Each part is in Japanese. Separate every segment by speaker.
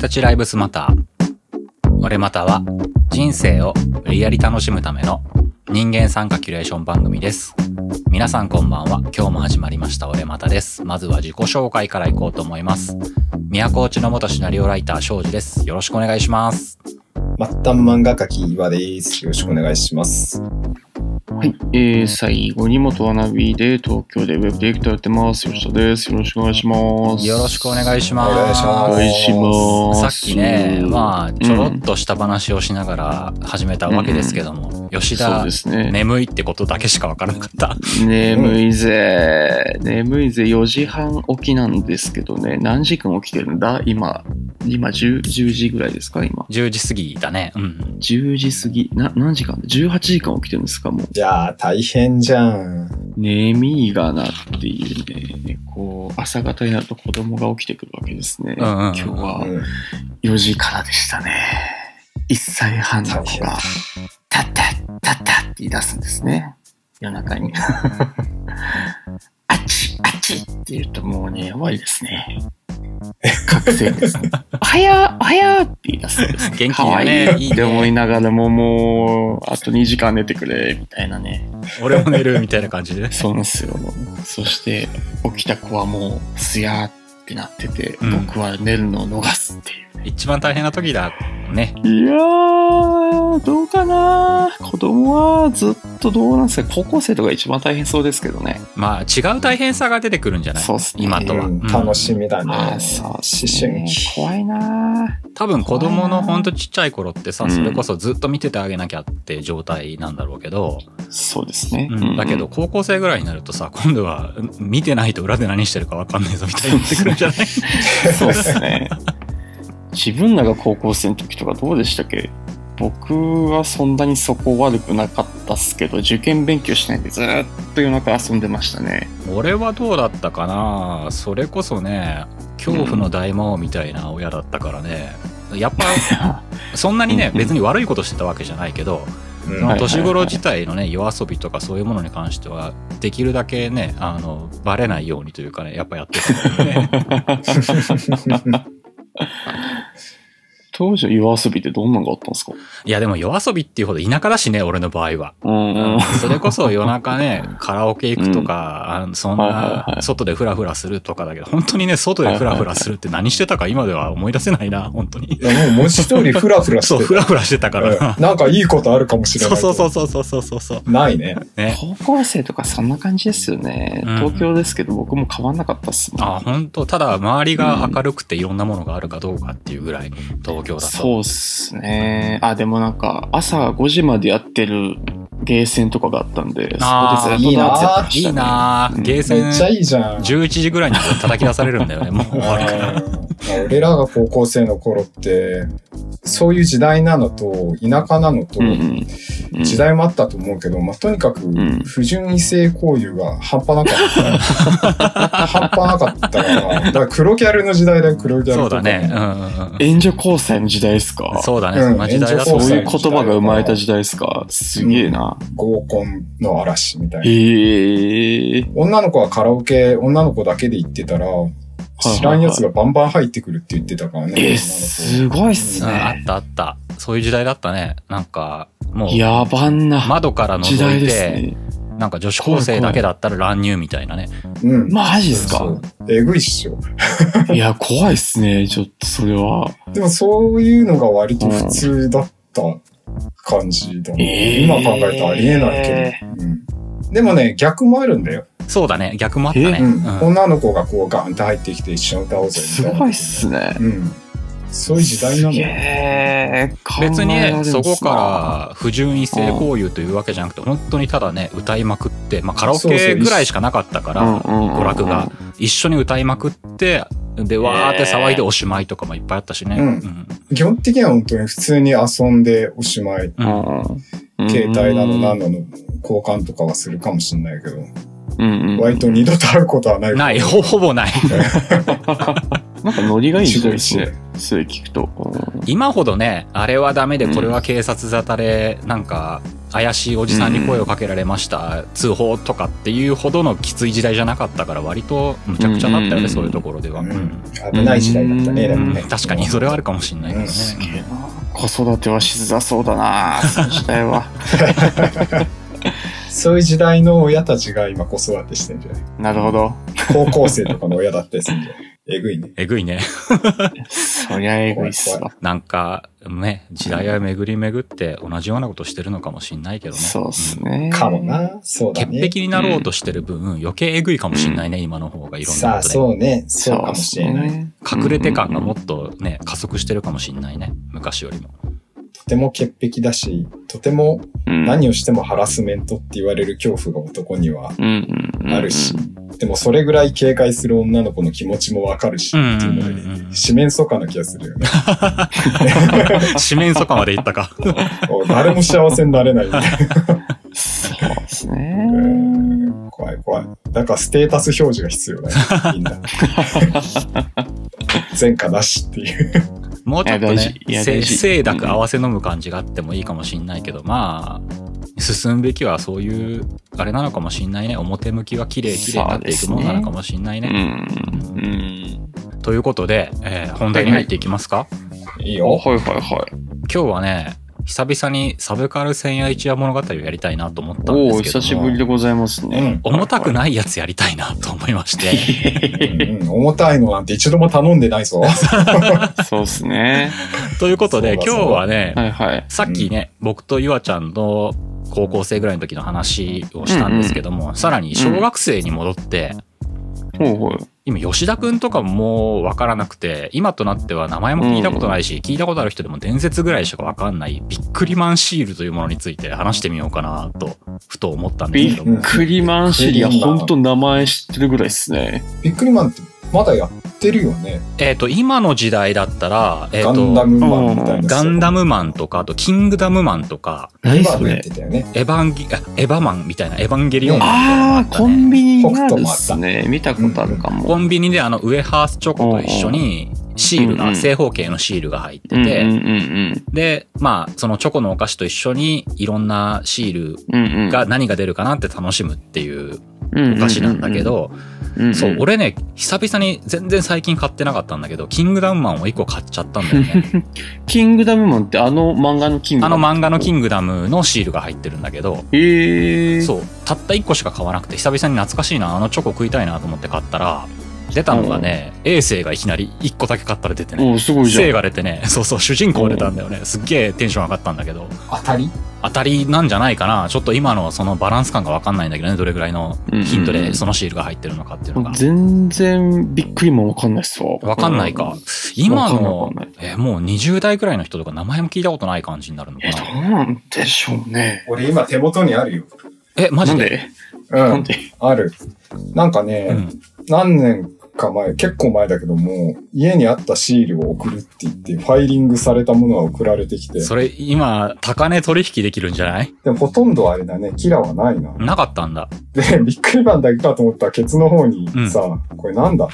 Speaker 1: たちライブスマター。俺または人生を無理やり楽しむための人間参加キュレーション番組です。皆さんこんばんは。今日も始まりました俺またです。まずは自己紹介からいこうと思います。宮古内の元シナリオライター庄司です。よろしくお願いします。
Speaker 2: 末端漫画家き岩です。よろしくお願いします。
Speaker 3: はい、えー、最後に元アナビで東京でウェブディレクターやってます。吉田です。よろしくお願いします。
Speaker 1: よろしくお願いします。お願。
Speaker 3: いします
Speaker 1: さっきね、まあ、ちょろっとした話をしながら始めたわけですけども、うんうん、吉田、ね、眠いってことだけしかわからなかった。
Speaker 3: 眠いぜ。眠いぜ。4時半起きなんですけどね、何時間起きてるんだ今、今 10, 10時ぐらいですか今。
Speaker 1: 10時過ぎだね。うん。
Speaker 3: 10時過ぎ。な、何時間 ?18 時間起きてるんですかもう。
Speaker 2: いや大変じゃん。
Speaker 3: 眠いがなっていうね、こう、朝方になると子供が起きてくるわけですね。うんうん、今日は4時からでしたね。1歳半の子が、たったたったって言い出すんですね。夜中に。あっちあっちって言うともうね、やばいですね。覚醒です ね。おはよう、おはようって言い出すんです、ね。
Speaker 1: 元気
Speaker 3: だ
Speaker 1: ね。
Speaker 3: いいって思いながらも、もう、あと2時間寝てくれ、みたいなね。
Speaker 1: 俺も寝る、みたいな感じで。
Speaker 3: そうなんですよ。そして、起きた子はもう、すやーってなってて、うん、僕は寝るのを逃すっていう、
Speaker 1: ね、一番大変な時だ、ね。
Speaker 3: いやー、どうかな子供はずっとどうなんですか高校生とか一番大変そうですけどね。
Speaker 1: まあ、違う大変さが出てくるんじゃない
Speaker 3: そうっす、
Speaker 1: ね、今とは。うん、
Speaker 2: 楽しみだね。
Speaker 3: あそう、思春期。怖いな
Speaker 1: 多分子供のほんとちっちゃい頃ってさ、それこそずっと見ててあげなきゃって状態なんだろうけど。
Speaker 3: うん、そうですね。
Speaker 1: うん、だけど、高校生ぐらいになるとさ、今度は見てないと裏で何してるかわかんないぞみたいになってくるんじ ゃない
Speaker 3: そうですね。自分らが高校生の時とかどうでしたっけ僕はそんなにそこ悪くなかったっすけど受験勉強しないでずっと夜中遊んでましたね
Speaker 1: 俺はどうだったかなそれこそね恐怖の大魔王みたいな親だったからね、うん、やっ ぱそんなにね別に悪いことしてたわけじゃないけど、うん、年頃自体のね夜遊びとかそういうものに関してはできるだけねあのバレないようにというかねやっぱやってたね
Speaker 3: 当時の夜遊びってどんなのがあったんですか
Speaker 1: いやでも夜遊びっていうほど田舎だしね、俺の場合は。うんうん、それこそ夜中 ね、カラオケ行くとか、うん、そんな外でフラフラするとかだけど、本当にね、外でフラフラするって何してたか今では思い出せないな、本当に。
Speaker 2: いやもう文字通りフラフラしてた。
Speaker 1: そう、フラフラしてたから、
Speaker 2: うん、なんかいいことあるかもしれない。。
Speaker 1: そうそうそうそうそうそうそう
Speaker 2: ないね
Speaker 3: ね。高校生とかそんな感じですよね。うん、東京ですけど僕も変わんなかったっすもん。
Speaker 1: あ、本当ただ周りが明るくていろんなものがあるかどうかっていうぐらい。
Speaker 3: そうっすね。あ、でもなんか、朝5時までやってるゲーセンとかがあったんで、
Speaker 1: あ
Speaker 3: そ
Speaker 1: こでずっとダンスやってました、ね、いいな、うん、ゲーセン。
Speaker 2: めっちゃいいじゃん。
Speaker 1: 11時ぐらいに叩き出されるんだよね、も う終わるから。
Speaker 2: 俺らが高校生の頃って、そういう時代なのと、田舎なのと、うんうん、時代もあったと思うけど、まあ、とにかく、不純異性交友が半端なかった。 半端なかったから、だから黒ギャルの時代だよ、黒ギャル
Speaker 1: そうだね。うん
Speaker 3: うん、援助交際の時代ですか
Speaker 1: そうだね、そんな時代だ、
Speaker 3: うん、そういう言葉が生まれた時代ですかすげえな。
Speaker 2: 合コンの嵐みたいな。
Speaker 3: えー、
Speaker 2: 女の子はカラオケ、女の子だけで行ってたら、知らんやつがバンバン入ってくるって言ってたからね。
Speaker 3: えー、すごいっすね、うん、
Speaker 1: あったあった。そういう時代だったね。なんか、もう。
Speaker 3: やばんな。
Speaker 1: 窓から覗いて、ね、なんか女子高生だけだったら乱入みたいなね。
Speaker 3: うん。マジっすか
Speaker 2: えぐいっしょ。
Speaker 3: いや、怖いっすね。ちょっとそれは。
Speaker 2: でもそういうのが割と普通だった感じだね。うん、今考えたらありえないけど。えー、うん、でもね、逆もあるんだよ。
Speaker 1: そうだね、逆もあったね。
Speaker 2: 女の子がこうガンって入ってきて一緒に歌おうぜ。
Speaker 3: みたいな。すごいっすね。うん
Speaker 2: そういう時代なのよ。。
Speaker 1: 別にね、そこから不純異性交友というわけじゃなくて、本当にただね、歌いまくって、まあカラオケぐらいしかなかったから、娯楽が。一緒に歌いまくって、で、わーって騒いでおしまいとかもいっぱいあったしね。うん
Speaker 2: 基本的には本当に普通に遊んでおしまい。携帯などなどの交換とかはするかもしれないけど。割と二度と会うことはない。
Speaker 1: ない、ほ ほぼない。
Speaker 3: なんかノリがいい時代で すね。それ聞くと。
Speaker 1: 今ほどね、あれはダメでこれは警察沙汰で、なんか、怪しいおじさんに声をかけられました、通報とかっていうほどのきつい時代じゃなかったから割とむちゃくちゃだったよね、そういうところでは、
Speaker 2: 危ない時代だったね、で
Speaker 1: も
Speaker 2: ね
Speaker 1: 確かにそれはあるかもしれないけどね、
Speaker 3: 子育てはしづらそうだなその時代は
Speaker 2: そういう時代の親たちが今子育てしてんじゃない
Speaker 3: なるほど
Speaker 2: 高校生とかの親だったりするんじゃないえぐいね。
Speaker 1: えぐいね。
Speaker 3: そりゃえぐいっすわ。
Speaker 1: なんか、ね、時代は巡り巡って同じようなことしてるのかもしんないけどね。
Speaker 3: そうっすね。
Speaker 2: かもな。そうだね。
Speaker 1: 潔癖になろうとしてる分、うん、余計えぐいかもしんないね、今の方がいろんなことで。さあ、
Speaker 2: そうね。そうかもしれない。ね、
Speaker 1: 隠れて感がもっとね、加速してるかもしんないね。昔よりも。
Speaker 2: とても潔癖だし、とても何をしてもハラスメントって言われる恐怖が男にはあるし、でもそれぐらい警戒する女の子の気持ちもわかるし、っていうので、四面楚歌な気がするよ ね。
Speaker 1: 四面楚歌までいったか。
Speaker 2: 誰も幸せになれない。
Speaker 3: そうですね。
Speaker 2: 怖い怖い。だからステータス表示が必要だよ、みん な。前科なしっていう。
Speaker 1: もうちょっとね、清濁合わせ飲む感じがあってもいいかもしんないけど、うん、まあ、進むべきはそういう、あれなのかもしんないね。表向きは綺麗綺麗になっていくものなのかもしんないね。
Speaker 3: う,ねうん、
Speaker 1: うん、ということで、えー、本題に入っていきますか、はい
Speaker 3: いいよ。はいはいはい。
Speaker 1: 今日はね、久々にサブカル千夜一夜物語をやりたいなと思ったんですけどお
Speaker 3: 久しぶりでございますね、
Speaker 1: うん、重たくないやつやりたいなと思いまして
Speaker 2: うん、重たいのなんて一度も頼んでないぞ
Speaker 3: そうっすね
Speaker 1: ということで今日はね、はいはい、さっきね、うん、僕とゆあちゃんの高校生ぐらいの時の話をしたんですけども、うんうん、さらに小学生に戻って、
Speaker 3: ほうほう
Speaker 1: 今吉田くんとかも分からなくて今となっては名前も聞いたことないし、聞いたことある人でも伝説ぐらいしか分かんないビックリマンシールというものについて話してみようかなとふと思ったんですけども
Speaker 3: ビックリマンシールいやほんと名前知ってるぐらいですね
Speaker 2: ビックリマンってまだやってるよね
Speaker 1: えっ、と今の時代だったら、え
Speaker 2: ー、とガンダムマンみたいな
Speaker 1: ガンダムマンとかあとキングダムマンとか
Speaker 2: 何それエヴ
Speaker 1: ァンギエヴァマンみたいなエヴァンゲリオンみたい
Speaker 3: なああコンビニにあるっすね見たことあるかも、
Speaker 1: コンビニであのウエハースチョコと一緒にシールが、正方形のシールが入ってて、で、まあ、そのチョコのお菓子と一緒にいろんなシールが何が出るかなって楽しむっていうお菓子なんだけど、そう、俺ね、久々に全然最近買ってなかったんだけど、キングダムマンを1個買っちゃったんだよ ね。
Speaker 3: キングダムマンってあの漫画のキング
Speaker 1: ダムあの漫画のキングダムのシールが入ってるんだけど、
Speaker 3: へ
Speaker 1: そう、たった1個しか買わなくて、久々に懐かしいな、あのチョコ食いたいなと思って買ったら、出たのがね、衛星がいきなり1個だけ買ったら出てね、
Speaker 3: すごいじ
Speaker 1: ゃん。が出てね、 そうそう、主人公出たんだよね。すっげえテンション上がったんだけど。
Speaker 2: 当たり
Speaker 1: 当たりなんじゃないかな。ちょっと今のそのバランス感がわかんないんだけどね、どれぐらいのヒントでそのシールが入ってるのかっていうのが。
Speaker 3: 全然びっくりもわかんないっすわ。
Speaker 1: わかんないか。今の、えー、もう20代くらいの人とか名前も聞いたことない感じになるのかな。
Speaker 3: え、どうなんでしょうね。
Speaker 2: 俺今手元にあるよ。
Speaker 1: え、マジ
Speaker 3: で
Speaker 2: うん。ある。なんかね、うん、何年か前、結構前だけども、家にあったシールを送るって言って、ファイリングされたものは送られてきて。
Speaker 1: それ、今、高値取引できるんじゃない
Speaker 2: でも、ほとんどあれだね、キラはないな。
Speaker 1: なかったんだ。
Speaker 2: で、びっくりマンだけかと思ったら、ケツの方にさ、うん、これなんだ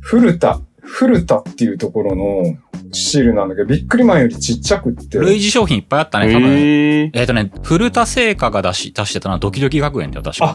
Speaker 2: 古田、古田っていうところの、シールなんだけど、ビックリマンよりちっちゃくって。
Speaker 1: 類似商品いっぱいあったね、多分。えっ、ー、とね、古田製菓が出し、出してたのはドキドキ学園だよ、確か。
Speaker 2: あ、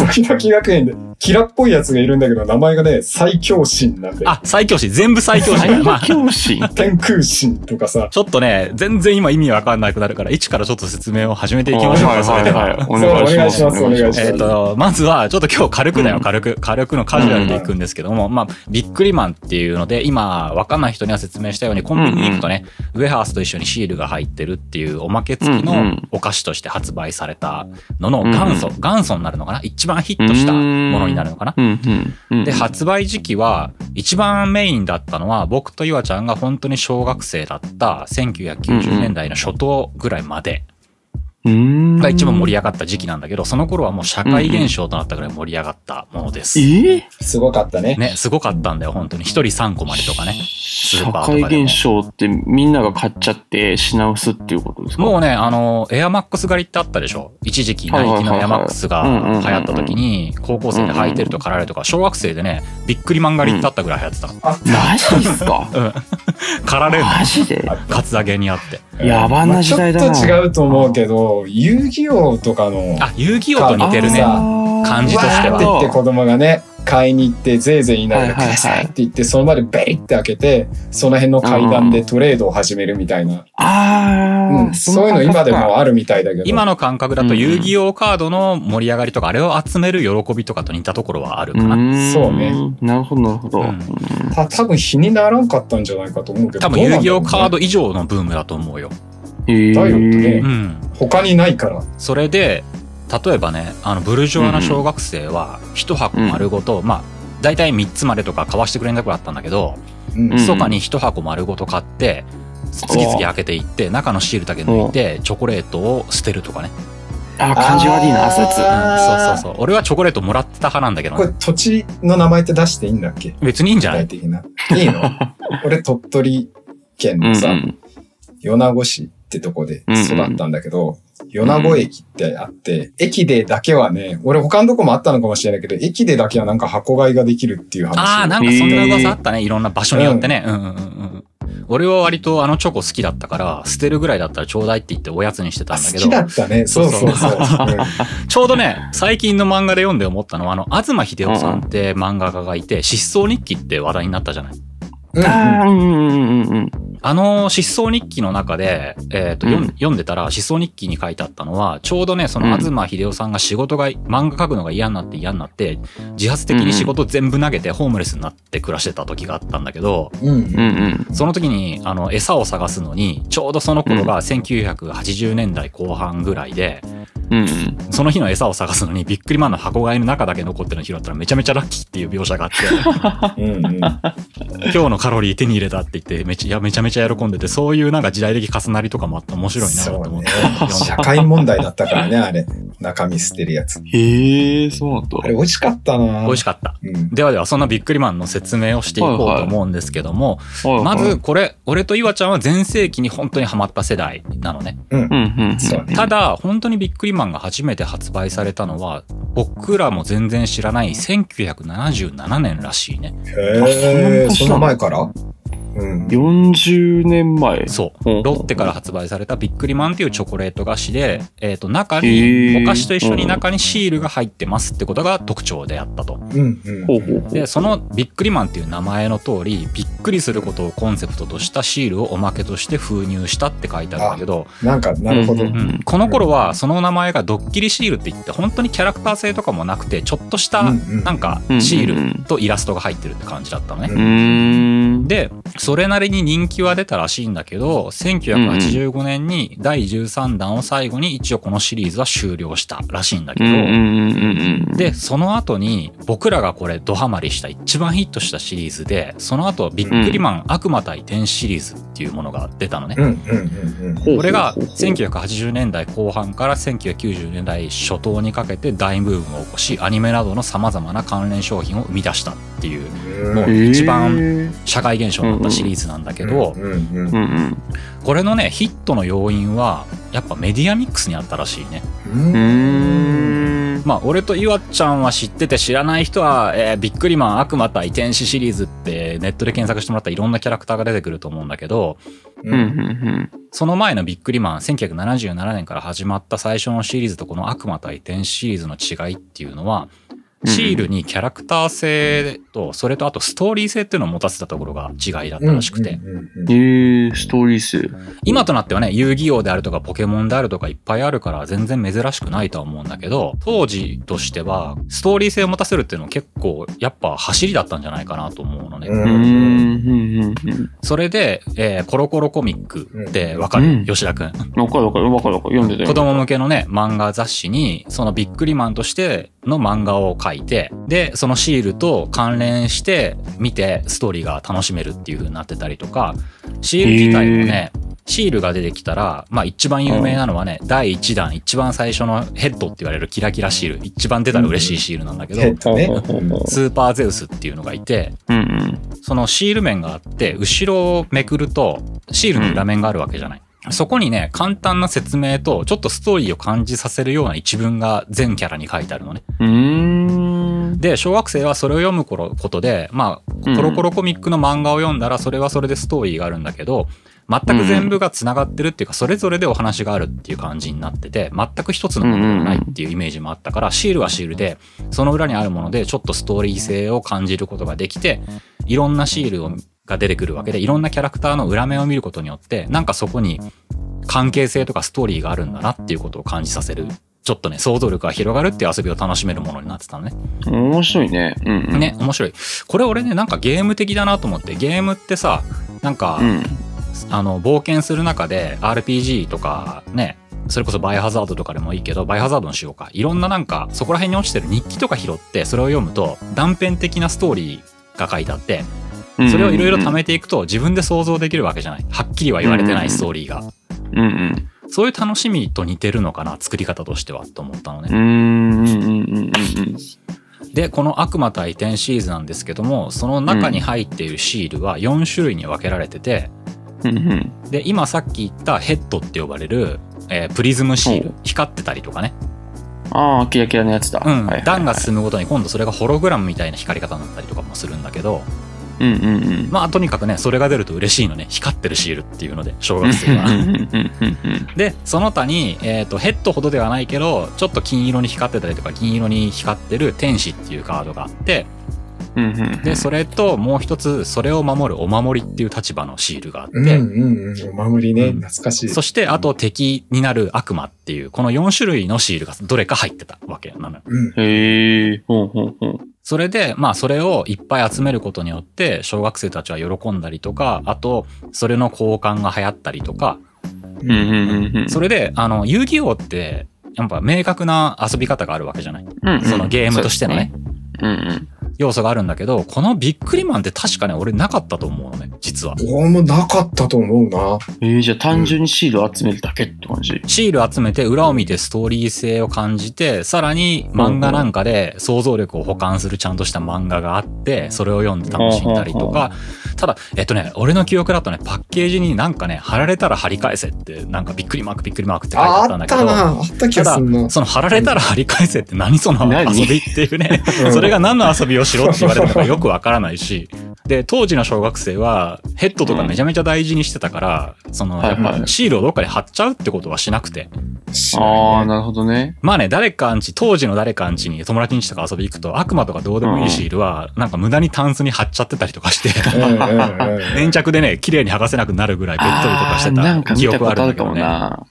Speaker 2: ドキドキ学園で、キラっぽいやつがいるんだけど、名前がね、最強神なんで。
Speaker 1: あ、最強神、全部最強神。
Speaker 3: 最強神、まあ、
Speaker 2: 天空神とかさ。
Speaker 1: ちょっとね、全然今意味わかんなくなるから、一からちょっと説明を始めていきましょうか、それでは。
Speaker 2: お願いします、お願いします。
Speaker 1: えっ、と、まずは、ちょっと今日軽くだよ、軽く。軽くのカジュアルでいくんですけども、まあ、ビックリマンっていうので、今、わかんない人には説明したように、コンビニに行くとね、うんうん、ウェハースと一緒にシールが入ってるっていうおまけ付きのお菓子として発売されたのの元祖、元祖になるのかな一番ヒットしたものになるのかな、で、発売時期は一番メインだったのは僕とゆあちゃんが本当に小学生だった1990年代の初頭ぐらいまで。が一番盛り上がった時期なんだけど、その頃はもう社会現象となったぐらい盛り上がったものです。
Speaker 3: え
Speaker 2: すごかったね。
Speaker 1: ね、すごかったんだよ、本当に。一人3個までとかね。すスー
Speaker 3: 社
Speaker 1: パーとかで
Speaker 3: 会
Speaker 1: も
Speaker 3: 現象ってみんなが買っちゃって品薄っていうことですか
Speaker 1: もうね、あの、エアマックス狩りってあったでしょ一時期、ナイキのエアマックスが
Speaker 3: はいはいはいはいうんうんうん
Speaker 1: 流行った時に、高校生で履いてると狩られるとか、小学生でね、びっくりマンガリってあったぐらい流行ってた。
Speaker 3: マジで すか
Speaker 1: 狩られるの
Speaker 3: マジで
Speaker 1: カツアゲにあって。
Speaker 3: 野蛮な時代だな
Speaker 2: まあちょっと違うと思うけど、遊戯王とかの、
Speaker 1: あ、遊戯王と似てるね。
Speaker 2: あ
Speaker 1: 感じとしては
Speaker 2: わーって言って子供がね、買いに行って、ぜいぜい言いながら、
Speaker 3: はいはい
Speaker 2: く
Speaker 3: はい
Speaker 2: ださいって言って、その場でベリって開けて、その辺の階段でトレードを始めるみたいな。
Speaker 3: あ
Speaker 2: う
Speaker 3: ー
Speaker 2: ん、そういうの今でもあるみたいだけど。
Speaker 1: 今の感覚だと遊戯王カードの盛り上がりとか、あれを集める喜びとかと似たところはあるかな。
Speaker 3: ん
Speaker 2: そうね
Speaker 3: なるほどなるほど、
Speaker 1: うん
Speaker 2: た多分日にならんかったんじゃないかと思うけど。
Speaker 1: 多分遊戯王カー
Speaker 2: ド。
Speaker 1: ド以上のブームだと思うよ。
Speaker 3: えー
Speaker 2: だよね
Speaker 1: うん。
Speaker 2: 他にないから。
Speaker 1: それで例えばねあのブルジョワな小学生は1箱丸ごと、まあ大体3つまでとか買わしてくれなくなったんだけど
Speaker 2: うん
Speaker 3: うん
Speaker 1: 密かに1箱丸ごと買って次々開けていって中のシールだけ抜いてチョコレートを捨てるとかね、
Speaker 3: あ感じ悪いなそいつ
Speaker 1: うん、そう
Speaker 2: あー
Speaker 1: そうそう俺はチョコレートもらってた派なんだけど
Speaker 2: こ
Speaker 1: ね、
Speaker 2: れ土地の名前って出していいんだっけ
Speaker 1: 別にいいんじゃ
Speaker 2: 具
Speaker 1: な
Speaker 2: 体
Speaker 1: い
Speaker 2: 的な。いいの俺鳥取県のさ、米子市ってとこで育ったんだけど、米子駅ってあって、駅でだけはね、俺他のとこもあったのかもしれないけど、駅でだけはなんか箱買いができるっていう話。
Speaker 1: ああなんかそんな噂あったねいろんな場所によってね、うん、うんうんうん俺は割とあのチョコ好きだったから捨てるぐらいだったらちょうだいって言っておやつにしてたんだ
Speaker 2: 好
Speaker 1: けど
Speaker 2: きだったね。そうそうそう。
Speaker 1: ちょうどね、最近の漫画で読んで思ったのは、あの、東秀夫さんって漫画家がいて、失踪日記って話題になったじゃない。
Speaker 2: うん
Speaker 3: あーうんうんうんうん
Speaker 1: あの、失踪日記の中で、えっ、と、読ん読んでたら、失踪日記に書いてあったのは、ちょうどね、その
Speaker 3: うん
Speaker 1: 東秀夫さんが仕事が、漫画描くのが嫌になって嫌になって、自発的に仕事全部投げてホームレスになって暮らしてた時があったんだけど、
Speaker 2: うんうん
Speaker 3: うんうん
Speaker 1: その時に、あの、餌を探すのに、ちょうどその頃が1980年代後半ぐらいで、
Speaker 3: うんうん
Speaker 1: その日の餌を探すのにビックリマンの箱買いの中だけ残ってるの拾ったらめちゃめちゃラッキーっていう描写があって
Speaker 2: うんうん。
Speaker 1: 今日のカロリー手に入れたって言ってめちゃいやめちゃめちゃ喜んでてそういうなんか時代的重なりとかもあって面白いなと
Speaker 2: そ
Speaker 1: 思
Speaker 2: う
Speaker 1: っ
Speaker 2: ね
Speaker 1: て、
Speaker 2: 社会問題だったからね、あれ。中身捨てるやつ。
Speaker 3: へえそうなんだ
Speaker 2: あれ美味しかったな
Speaker 1: 美味しかった
Speaker 2: うん。
Speaker 1: ではではそんなビックリマンの説明をしていこうと思うんですけども、
Speaker 3: はいはい
Speaker 1: まずこれ俺と岩ちゃんは全盛期に本当にハマった世代なのね
Speaker 2: うん
Speaker 3: うん。うんうん
Speaker 2: そうね
Speaker 1: ただ本当にビックリマンが初めて発売されたのは僕らも全然知らない1977年らしいね
Speaker 2: へえ、そんな前からうん。
Speaker 3: 40年前
Speaker 1: そう。ロッテから発売されたビックリマンっていうチョコレート菓子で、えっ、と、中に
Speaker 3: へ、ー
Speaker 1: お菓子と一緒に中にシールが入ってますってことが特徴であったと。
Speaker 2: うんうん。
Speaker 3: ほうほうほう
Speaker 1: で、そのビックリマンっていう名前の通り、びっくりすることをコンセプトとしたシールをおまけとして封入したって書いてあるんだけど、
Speaker 2: なんか、なるほど。
Speaker 3: うん
Speaker 1: うんこの頃はその名前がドッキリシールって言って、本当にキャラクター性とかもなくて、ちょっとした、
Speaker 2: うんうん
Speaker 1: なんか
Speaker 3: うんうんう、ん
Speaker 1: シールとイラストが入ってるって感じだったのね。
Speaker 3: うーん
Speaker 1: でそれなりに人気は出たらしいんだけど1985年に第13弾を最後に一応このシリーズは終了したらしいんだけ
Speaker 3: う
Speaker 1: ど、
Speaker 3: んうんうんうんうん
Speaker 1: でその後に僕らがこれドハマりした一番ヒットしたシリーズでその後ビックリマン悪魔対天使シリーズっていうものが出たのね
Speaker 2: うん。うんうんうん。
Speaker 3: ほうほうほうほう
Speaker 1: これが1980年代後半から1990年代初頭にかけて大ブームを起こしアニメなどのさまざまな関連商品を生み出したっていう
Speaker 2: うん
Speaker 1: もう一番社会現象になったシリーズなんだけど、
Speaker 2: うんうん
Speaker 3: うんうん
Speaker 1: これのねヒットの要因はやっぱメディアミックスにあったらしいね
Speaker 2: うん
Speaker 3: うーん
Speaker 1: まあ俺と岩ちゃんは知ってて知らない人は、えービックリマン悪魔対天使シリーズってネットで検索してもらったらいろんなキャラクターが出てくると思うんだけど
Speaker 3: うんうんうん
Speaker 1: その前のビックリマン1977年から始まった最初のシリーズとこの悪魔対天使シリーズの違いっていうのは
Speaker 3: うん
Speaker 1: シールにキャラクター性とそれとあとストーリー性っていうのを持たせたところが違いだったらしくて、
Speaker 2: うんうんうん
Speaker 3: えー、ストーリー数。
Speaker 1: 今となってはね、遊戯王であるとかポケモンであるとかいっぱいあるから全然珍しくないとは思うんだけど、当時としてはストーリー性を持たせるっていうのは結構やっぱ走りだったんじゃないかなと思うのね。
Speaker 2: うん
Speaker 3: うーん、うん、うん。
Speaker 1: それで、えーコロコロコミックってわか
Speaker 3: う
Speaker 1: る、
Speaker 3: ん
Speaker 1: 吉田くん。
Speaker 3: わかるわかるわかるわかる。読んでたよ。
Speaker 1: 子供向けのね、漫画雑誌に、そのビックリマンとしての漫画を書いて、で、そのシールと関連して見て、ストーリーが楽しめるっていう風になってたりとか、シール自体もね、シールが出てきたら、まあ一番有名なのはね、第1弾、一番最初のヘッドって言われるキラキラシール、一番出たら嬉しいシールなんだけど、
Speaker 2: ヘッドね。
Speaker 1: スーパーゼウスっていうのがいて、
Speaker 3: うんうん。
Speaker 1: そのシール面があって、後ろをめくると、シールの裏面があるわけじゃない。そこにね、簡単な説明と、ちょっとストーリーを感じさせるような一文が全キャラに書いてあるのね。
Speaker 3: うーん。
Speaker 1: で、小学生はそれを読む頃ことで、まあ、
Speaker 3: うん
Speaker 1: コロコロコミックの漫画を読んだら、それはそれでストーリーがあるんだけど、全く全部が繋がってるっていうか、それぞれでお話があるっていう感じになってて、全く一つのものではないっていうイメージもあったから、シールはシールで、その裏にあるもので、ちょっとストーリー性を感じることができて、いろんなシールをが出てくるわけで、いろんなキャラクターの裏面を見ることによって、なんかそこに関係性とかストーリーがあるんだなっていうことを感じさせる。ちょっとね、想像力が広がるっていう遊びを楽しめるものになってたのね。
Speaker 3: 面白いね。うん、うん。
Speaker 1: ね、面白い。これ俺ね、なんかゲーム的だなと思って、ゲームってさ、なんか、
Speaker 3: うん。
Speaker 1: あの、冒険する中で RPG とかね、それこそバイオハザードとかでもいいけど、バイオハザードにしようか。いろんななんか、そこら辺に落ちてる日記とか拾って、それを読むと、断片的なストーリーが書いてあって、
Speaker 3: うん
Speaker 1: それをいろいろ貯めていくと自分で想像できるわけじゃない。はっきりは言われてないストーリーが。
Speaker 3: うんうん。
Speaker 1: そういう楽しみと似てるのかな、作り方としては、と思ったのね
Speaker 3: う。んうんうんうんうん。
Speaker 1: でこの「悪魔対天」シリーズなんですけどもその中に入っているシールは4種類に分けられてて
Speaker 3: うんうん。
Speaker 1: で今さっき言ったヘッドって呼ばれる、えープリズムシール光ってたりとかね、
Speaker 3: ああ、キラキラのやつだ。
Speaker 1: う
Speaker 3: はい
Speaker 1: ん
Speaker 3: はいはい
Speaker 1: 段が進むごとに今度それがホログラムみたいな光り方になったりとかもするんだけど
Speaker 3: うんうんうん。
Speaker 1: まあとにかくねそれが出ると嬉しいのね光ってるシールっていうので小学生
Speaker 3: うん
Speaker 1: は。
Speaker 3: うんうんうんうん
Speaker 1: でその他に、えー、とヘッドほどではないけどちょっと金色に光ってたりとか銀色に光ってる天使っていうカードがあって
Speaker 3: うんうんうん。
Speaker 1: で、それと、もう一つ、それを守るお守りっていう立場のシールがあって、
Speaker 2: うんうんうん。お守りね。
Speaker 1: うん
Speaker 2: 懐かしい。
Speaker 1: そして、あと敵になる悪魔っていう、この4種類のシールがどれか入ってたわけなのよ。
Speaker 2: うん。
Speaker 3: へえ、ほうほうほう。
Speaker 1: それで、まあ、それをいっぱい集めることによって、小学生たちは喜んだりとか、あと、それの交換が流行ったりとか、
Speaker 3: うんうんうんうん。
Speaker 1: それで、あの、遊戯王って、やっぱ明確な遊び方があるわけじゃない。
Speaker 3: うんうん
Speaker 1: そのゲームとしてのね、。
Speaker 3: そうですね
Speaker 1: 要素があるんだけど、このビックリマンって確かね、俺なかったと思うのね、実は。
Speaker 2: 俺もなかったと思うな。
Speaker 3: うんうん。えー、じゃあ単純にシールを集めるだけって感じ。
Speaker 1: シール集めて裏を見てストーリー性を感じて、さらに漫画なんかで想像力を補完するちゃんとした漫画があって、それを読んで楽しんだりとか、ただ、えっとね、俺の記憶だとね、パッケージになんかね、貼られたら貼り返せって、なんかびっくりマークびっくりマークって書いてあ
Speaker 2: あ
Speaker 1: ったん
Speaker 2: あ
Speaker 1: だ
Speaker 2: っ
Speaker 1: け
Speaker 2: た
Speaker 1: ど、
Speaker 2: な。あった気
Speaker 1: た
Speaker 2: が
Speaker 1: だ
Speaker 2: するな。、
Speaker 1: その貼られたら貼り返せって何その
Speaker 3: 何
Speaker 1: 遊びっていうね、それが何の遊びをしろって言われたのかよくわからないし、で、当時の小学生はヘッドとかめちゃめちゃ大事にしてたから、その、
Speaker 3: はいはい
Speaker 1: シールをどっかに貼っちゃうってことはしなくて、
Speaker 2: し
Speaker 3: ああ、なるほどね。
Speaker 1: まあね、誰かんち、当時の誰かんちに友達んちとか遊び行くと、悪魔とかどうでもいいシールは、なんか無駄にタンスに貼っちゃってたりとかして、
Speaker 2: うんうんうんうん
Speaker 1: 粘着でね、綺麗に剥がせなくなるぐらいべっとりとかして
Speaker 3: あーなん
Speaker 1: た
Speaker 3: か
Speaker 1: 記
Speaker 3: 見た
Speaker 1: 憶
Speaker 3: こ
Speaker 1: はあるんだ
Speaker 3: とある
Speaker 1: け
Speaker 3: か
Speaker 1: ど
Speaker 3: も
Speaker 1: ね。
Speaker 3: な。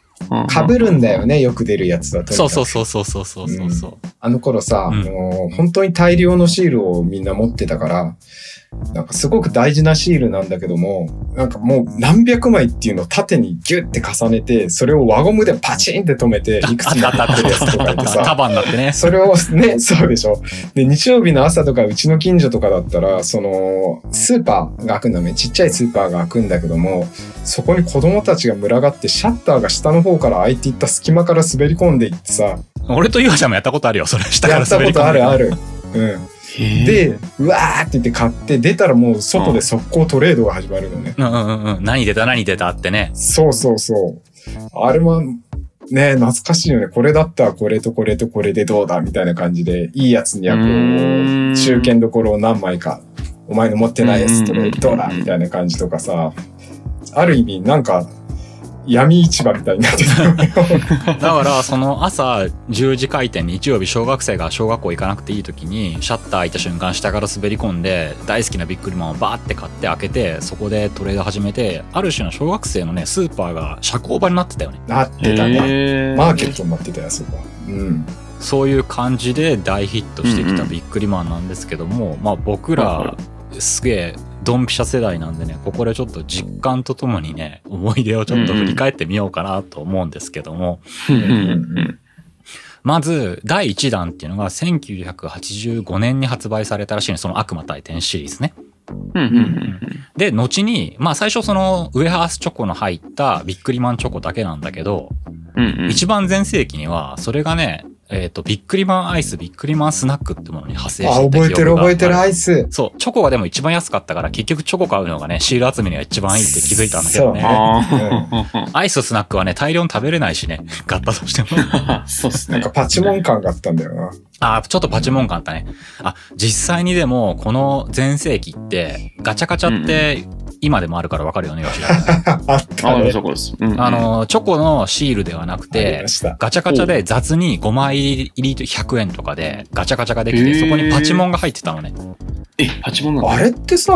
Speaker 2: かぶるんだよね。よく出るやつだと。
Speaker 1: そうそうそうそうそうそうそうそう。
Speaker 2: あの頃さ、
Speaker 1: うん
Speaker 2: あの本当に大量のシールをみんな持ってたから、なんかすごく大事なシールなんだけども、なんかもう何百枚っていうのを縦にギュッて重ねて、それを輪ゴムでパチンって止めて、いくつも
Speaker 1: あったあっ
Speaker 2: 貼
Speaker 1: た
Speaker 2: ってるやつとかいてさ、
Speaker 1: 束になって ね。
Speaker 2: それをね、そうでしょ。で、日曜日の朝とか、うちの近所とかだったら、その、スーパーが開くんだね。ちっちゃいスーパーが開くんだけども、そこに子供たちが群がって、シャッターが下の方から開いていった隙間から滑り込んでいってさ、
Speaker 1: 俺とゆはちゃんもやったことあるよ、それ。下か
Speaker 2: や
Speaker 1: ら
Speaker 2: った
Speaker 1: 滑
Speaker 2: こ
Speaker 1: り込
Speaker 2: と
Speaker 1: ん
Speaker 2: あ
Speaker 1: で
Speaker 2: るある。うん。
Speaker 3: で、
Speaker 2: で、うわーって言って買って、出たらもう外で速攻トレードが始まるのね。
Speaker 1: うんうんうんうん。何出た何出たってね。
Speaker 2: そうそうそう。あれは、ね懐かしいよね。これだったらこれとこれとこれでどうだみたいな感じで、いいやつにはこ
Speaker 3: うー
Speaker 2: う、
Speaker 3: ん
Speaker 2: 中堅どころを何枚か、お前の持ってないやつと
Speaker 3: うんうん
Speaker 2: れ
Speaker 3: うんうん
Speaker 2: どうだみたいな感じとかさ、ある意味なんか、闇市場みたいになって たよね
Speaker 1: だから、その朝10時開店、日曜日小学生が小学校行かなくていい時に、シャッター開いた瞬間下から滑り込んで、大好きなビックリマンをバーって買って開けて、そこでトレード始めて、ある種の小学生のね、スーパーが社交場になってたよね。
Speaker 2: なってたね。
Speaker 3: へ
Speaker 2: マーケットになってたやつとか。うん。
Speaker 1: そういう感じで大ヒットしてき
Speaker 3: うん
Speaker 1: た
Speaker 3: うん
Speaker 1: ビックリマンなんですけども、まあ僕
Speaker 3: はい
Speaker 1: ら、すげえ、ドンピシャ世代なんでね、ここでちょっと実感とともにね、思い出をちょっと振り返ってみようかなと思うんですけども、
Speaker 3: ト。うんうん
Speaker 1: まず、第1弾っていうのが1985年に発売されたらしいの、その悪魔対天シリーズね。
Speaker 3: うんうんうん
Speaker 1: で、後に、まあ最初そのウェハースチョコの入ったビックリマンチョコだけなんだけど、
Speaker 3: うんうん。
Speaker 1: 一番全盛期には、それがね、えっ、と、ビックリマンアイス、ビックリマンスナックってものに派生して
Speaker 2: あ、
Speaker 1: た記憶が
Speaker 2: 覚えてる覚えてる
Speaker 1: あ
Speaker 2: アイス。
Speaker 1: そう、チョコがでも一番安かったから、結局チョコ買うのがね、シール集めには一番いいって気づいたんだけど
Speaker 2: そう
Speaker 1: ね。
Speaker 3: あ
Speaker 1: アイスとスナックはね、大量に食べれないしね、買ったとしても。
Speaker 3: あ。そうっす
Speaker 2: な
Speaker 3: ね。
Speaker 2: んかパチモン感があったんだよな。
Speaker 1: あーちょっとパチモン感あったね。あ、実際にでも、この全盛期って、ガチャガチャって、今でもあるからわかるよね、吉田君。
Speaker 2: あった
Speaker 3: あ
Speaker 2: ね。
Speaker 3: あ、そこです。うんうん
Speaker 1: あ、の、チョコのシールではなく
Speaker 2: あり
Speaker 1: て
Speaker 2: ま、した。
Speaker 1: ガチャガチャで雑に5枚入り100円とかでガチャガチャができ
Speaker 3: へ
Speaker 1: て、
Speaker 3: ー
Speaker 1: そこにパチモンが入ってたのね。
Speaker 3: え、パチモンなんだ。
Speaker 2: あれってさ、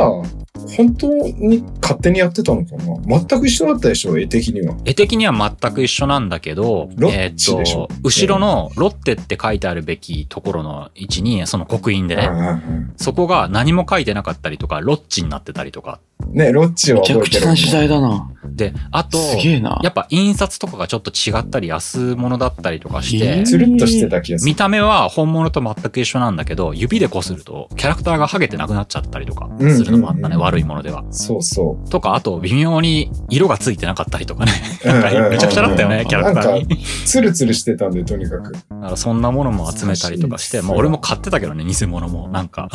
Speaker 2: 本当に勝手にやってたのかな全く一緒だったでしょ絵的には。
Speaker 1: 絵的には全く一緒なんだけど、
Speaker 2: ロ
Speaker 1: え
Speaker 2: ッチでし
Speaker 1: ー
Speaker 2: ょ
Speaker 1: っと、後ろのロッテって書いてあるべきところの位置に、その刻印で
Speaker 2: うん
Speaker 1: ね、
Speaker 2: うん
Speaker 1: そこが何も書いてなかったりとか、ロッチになってたりとか。
Speaker 2: うんね、ロッチ
Speaker 3: め
Speaker 2: は
Speaker 3: ちゃ
Speaker 2: 覚
Speaker 3: く
Speaker 2: えてる
Speaker 3: ちゃ
Speaker 2: もん。
Speaker 3: な時代だな。
Speaker 1: で、あと、
Speaker 3: すげえな。
Speaker 1: やっぱ印刷とかがちょっと違ったり安物だったりとかし
Speaker 3: え
Speaker 1: て
Speaker 3: ー、
Speaker 2: つるっとしてた気がする。
Speaker 1: 見た目は本物と全く一緒なんだけど、指でこするとキャラクターがハゲてなくなっちゃったりとかするのもあったね、
Speaker 2: うんうんうん
Speaker 1: 悪いものでは。
Speaker 2: そうそう。
Speaker 1: とか、あと微妙に色がついてなかったりとか ね。なん
Speaker 2: うんうんう
Speaker 1: か
Speaker 2: ん
Speaker 1: めちゃくちゃだったよね、キャラクター に。
Speaker 2: つるつるしてたんで、とにかく。
Speaker 1: だからそんなものも集めたりとかして、
Speaker 2: 懐かしい
Speaker 1: まあ俺も買ってたけどね、偽物も。なん か、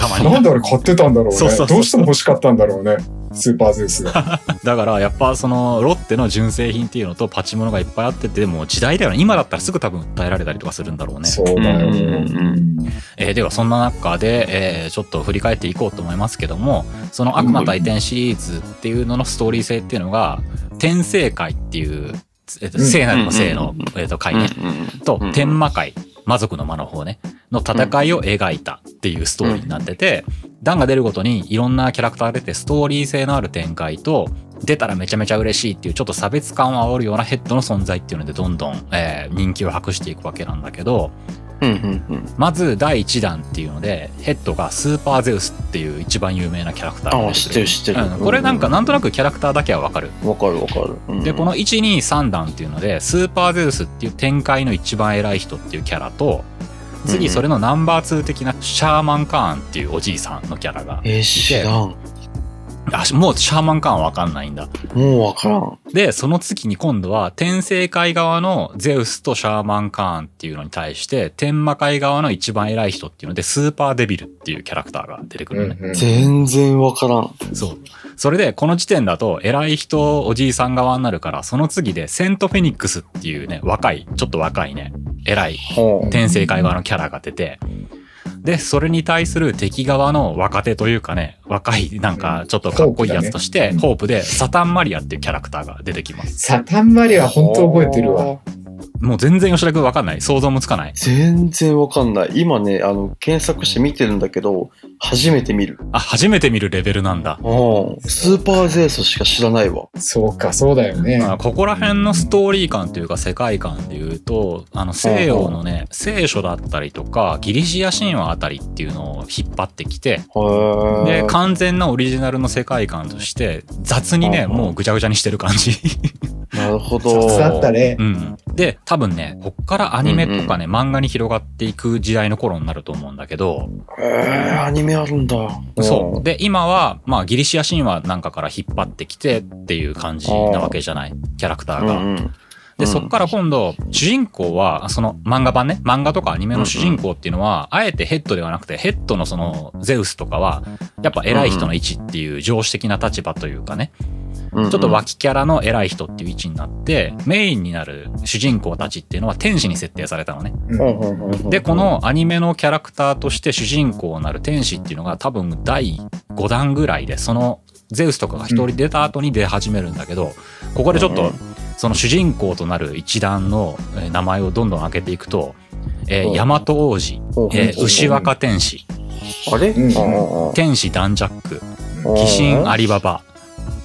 Speaker 1: たま
Speaker 2: なん
Speaker 1: に。
Speaker 2: であれ買ってたんだろうね。
Speaker 1: そうそうそう
Speaker 2: どうしても欲しかったんだろうね。スーパーゼウスが。
Speaker 1: だからやっぱその、ロッテの純正品っていうのとパチモノがいっぱいあってて、でも時代だよね。今だったらすぐ多分訴えられたりとかするんだろうね。
Speaker 2: そうだよ、
Speaker 3: うん
Speaker 2: ね
Speaker 3: うん
Speaker 1: えーではそんな中で、えーちょっと振り返っていこうと思いますけどもその「悪魔対天」シリーズっていうののストーリー性っていうのが天聖会っていう、えーと
Speaker 2: うん
Speaker 1: 聖なるの聖の
Speaker 3: うん、
Speaker 1: えーと会
Speaker 3: うんう
Speaker 1: ね
Speaker 3: ん
Speaker 1: と
Speaker 3: うん
Speaker 1: 天魔界魔族の魔の方ねの戦いを描いたっていうストーリーになってて段が出るごとにいろんなキャラクターが出てストーリー性のある展開と出たらめちゃめちゃ嬉しいっていうちょっと差別感を煽るようなヘッドの存在っていうのでどんどん、えー人気を博していくわけなんだけど、
Speaker 3: うんうん
Speaker 1: まず第1弾っていうのでヘッドがスーパーゼウスっていう一番有名なキャラクター
Speaker 3: あ
Speaker 1: が
Speaker 3: あ、
Speaker 1: 出
Speaker 3: 知
Speaker 1: く
Speaker 3: ってて
Speaker 1: る
Speaker 3: る知ってる。
Speaker 1: うん、これなんかなんとなくキャラクターだけはわかる、
Speaker 3: わかるわかる。うん
Speaker 1: でこの、123弾っていうのでスーパーゼウスっていう展開の一番偉い人っていうキャラと次それのナンバー2的なシャーマンカーンっていうおじいさんのキャラが
Speaker 3: えー、知らん。
Speaker 1: あもうシャーマンカーンはわかんないんだ
Speaker 3: もうわからん。
Speaker 1: でその次に今度は天聖界側のゼウスとシャーマンカーンっていうのに対して天魔界側の一番偉い人っていうのでスーパーデビルっていうキャラクターが出てく
Speaker 2: うん
Speaker 1: る
Speaker 2: う
Speaker 1: のね、
Speaker 2: ん
Speaker 3: 全然わからん。
Speaker 1: そうそれでこの時点だと偉い人おじいさん側になるからその次でセント・フェニックスっていうね若いちょっと若いね偉い
Speaker 3: ほう。
Speaker 1: 天聖界側のキャラが出てでそれに対する敵側の若手というかね若いなんかちょっとかっこいいやつとして
Speaker 2: ホープだね
Speaker 1: ホープでサタン・マリアっていうキャラクターが出てきます
Speaker 2: サタンマリア本当覚えてるわ。。
Speaker 1: もう全然吉田君わかんない。想像もつかない。
Speaker 3: 全然わかんない。今ね、あの、検索して見てるんだけど、初めて見る。
Speaker 1: あ、初めて見るレベルなんだ。
Speaker 3: うん。スーパーゼースしか知らないわ。
Speaker 2: そうか、そうだよね。
Speaker 1: まあここら辺のストーリー感というか世界観でいうと、あの西洋のね、聖書だったりとか、ギリシア神話あたりっていうのを引っ張ってきて、
Speaker 3: へー
Speaker 1: で、完全なオリジナルの世界観として、雑にね、
Speaker 3: うんうん
Speaker 1: もうぐちゃぐちゃにしてる感じ。
Speaker 3: なるほ
Speaker 2: そう
Speaker 3: ど。
Speaker 2: そうあったね
Speaker 1: う。ん。で、多分ね、こっからアニメとかね、漫画に広がっていく時代の頃になると思うんだけど、
Speaker 3: へーアニメあるんだ。
Speaker 1: そう。で、今は、まあ、ギリシア神話なんかから引っ張ってきてっていう感じなわけじゃない、キャラクター
Speaker 3: うん。う
Speaker 1: が。
Speaker 3: んうん。
Speaker 1: で、そっから今度、主人公は、その漫画版ね、漫画とかアニメの主人公っていうのは、あえてヘッドではなくて、ヘッドのその、ゼウスとかは、やっぱ偉い人の位置っていう上司的な立場というかね、
Speaker 3: うんうん
Speaker 1: ちょっと脇キャラの偉い人っていう位置になって、メインになる主人公たちっていうのは天使に設定されたのね。
Speaker 2: うん
Speaker 3: うんうんうんうん
Speaker 1: で、こ、のアニメのキャラクターとして主人公になる天使っていうのが多分第5弾ぐらいで、そのゼウスとかが一人出た後に出始めるんだけど、ここでちょっ
Speaker 3: うんう
Speaker 1: と
Speaker 3: ん、
Speaker 1: その主人公となる一団のえー名前をどんどん上げていくと、え
Speaker 3: う
Speaker 1: ー、
Speaker 3: ん
Speaker 1: ヤマト王子、
Speaker 3: ほうほうほう
Speaker 1: えー、牛若天使、
Speaker 3: あれ
Speaker 2: うん
Speaker 3: うんうん
Speaker 1: 天使ダンジャック、
Speaker 3: うん
Speaker 1: 鬼神アリババ、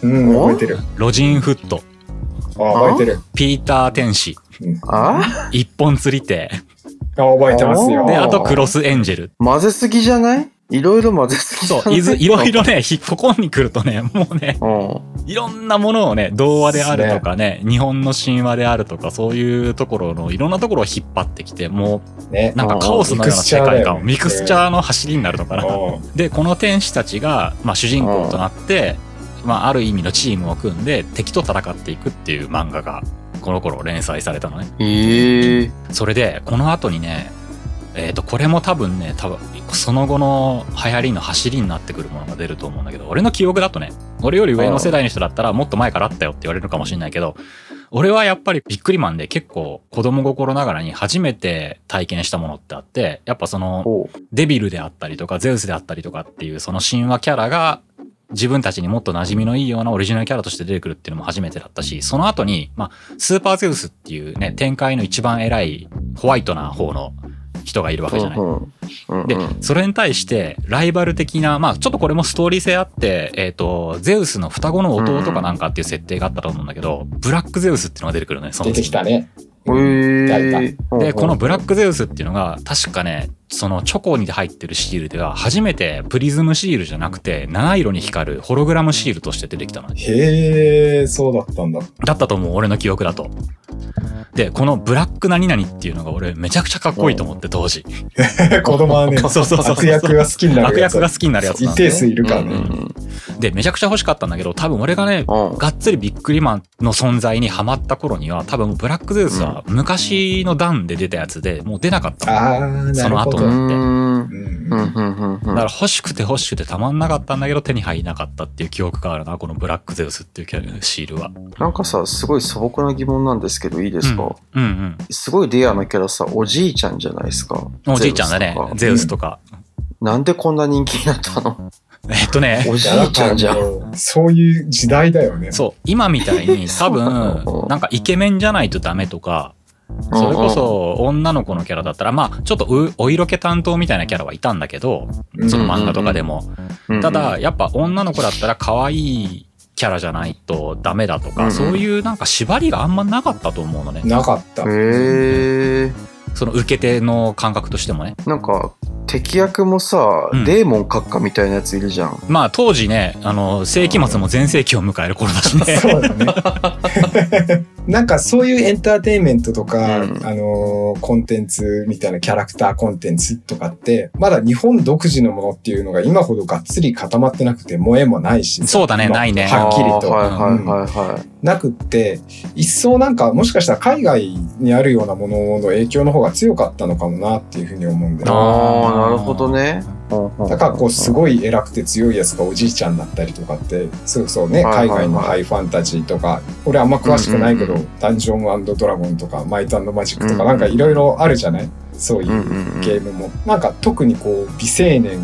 Speaker 2: うん、覚えてる。
Speaker 1: ロジンフット、
Speaker 2: あ、覚えてる。
Speaker 1: ピーター天使、
Speaker 3: あ
Speaker 1: 一本釣り手、
Speaker 2: あ、覚えてますよ。
Speaker 1: で、
Speaker 3: あー
Speaker 1: あとクロスエンジェル。
Speaker 3: 混ぜすぎじゃないいろいろ混ぜすぎじゃ
Speaker 1: そ
Speaker 3: な
Speaker 1: う、
Speaker 3: い
Speaker 1: いずいろい。ろね、ひここに来るとね、もうね、
Speaker 3: うん。
Speaker 1: いろんなものをね、童話であるとかね、日本の神話であるとか、そういうところのいろんなところを引っ張ってきて、もう
Speaker 2: ね。
Speaker 1: なんかカオスのような世界観をミクスチャーの走りになるのかな。で、この天使たちが、まあ、主人公となって、まあ、ある意味のチームを組んで敵と戦っていくっていう漫画がこの頃連載されたのね。
Speaker 3: えー、
Speaker 1: それでこの後にね、えー、とこれも多分ね多分その後の流行りの走りになってくるものが出ると思うんだけど俺の記憶だとね俺より上の世代の人だったらもっと前からあったよって言われるかもしれないけど俺はやっぱりビックリマンで結構子供心ながらに初めて体験したものってあってやっぱそのデビルであったりとかゼウスであったりとかっていうその神話キャラが自分たちにもっと馴染みのいいようなオリジナルキャラとして出てくるっていうのも初めてだったし、その後に、まあ、スーパーゼウスっていうね、展開の一番偉いホワイトな方の人がいるわけじゃない。うんうん、で、それに対してライバル的な、まあ、ちょっとこれもストーリー性あって、えっ、ー、と、ゼウスの双子の弟かなんかっていう設定があったと思うんだけど、ブラックゼウスっていうのが出てくるね、
Speaker 2: その出てきたね。
Speaker 3: え
Speaker 1: ー、で、このブラックゼウスっていうのが、確かね、そのチョコに入ってるシールでは、初めてプリズムシールじゃなくて、七色に光るホログラムシールとして出てきたの。
Speaker 2: へえ、そうだったんだ。
Speaker 1: だったと思う、俺の記憶だと。で、このブラック何々っていうのが俺めちゃくちゃかっこいいと思って、当時。
Speaker 2: 子供はね、
Speaker 1: そうそうそうそう
Speaker 2: 悪役が好きになる
Speaker 1: 悪役が好きになるやつ、ね、
Speaker 2: 一定数いるからね。うん
Speaker 1: うんで、めちゃくちゃ欲しかったんだけど、多分俺がね、がっつりビックリマンの存在にハマった頃には、多分ブラックゼウスは昔の段で出たやつで、もう出なかった
Speaker 2: の、ね、
Speaker 1: その後
Speaker 2: に
Speaker 1: なって。だから欲しくて欲しくてたまんなかったんだけど、手に入らなかったっていう記憶があるな、このブラックゼウスっていうシールは。
Speaker 3: なんかさ、すごい素朴な疑問なんですけど、いいですか、
Speaker 1: うん、うんうん
Speaker 3: すごいレアなキャラさ、おじいちゃんじゃないですか。
Speaker 1: おじいちゃんだね、ゼウスとか。
Speaker 3: うん、なんでこんな人気になったの
Speaker 1: えっとね、
Speaker 3: おじいちゃんじゃん。
Speaker 2: そういう時代だよね。
Speaker 1: そう、今みたい に多分、なんかイケメンじゃないとダメとか、それこそ女の子のキャラだったら、まあちょっとお色気担当みたいなキャラはいたんだけど、その漫画とかでも。ただ、やっぱ女の子だったら可愛いキャラじゃないとダメだとか、そういうなんか縛りがあんまなかったと思うのね。
Speaker 2: なかった。
Speaker 3: へえ。
Speaker 1: その受け手の感覚としてもね。
Speaker 3: なんか、敵役もさ、うん、デーモン閣下みたいなやついるじゃん。
Speaker 1: まあ当時ね、あの、世紀末も全盛期を迎える頃だしね。
Speaker 2: そうだね。なんかそういうエンターテインメントとか、うん、あのー、コンテンツみたいなキャラクターコンテンツとかって、まだ日本独自のものっていうのが今ほどがっつり固まってなくて、萌えもないし。
Speaker 1: そうだね、ないね。
Speaker 2: はっきりと。
Speaker 3: はいはいはいはい。うん、
Speaker 2: なくって、一層なんかもしかしたら海外にあるようなものの影響の方が強かったのかもなっていうふうに思うんだよ、ね。
Speaker 3: ああ、なるほどね。
Speaker 2: だからこうすごい偉くて強いやつがおじいちゃんだったりとかってそれこそね海外のハイファンタジーとか俺あんま詳しくないけど「ダンジョンドラゴン」とか「マイトマジック」とかなんかいろいろあるじゃないそういうゲームも。なんか特にこう美青年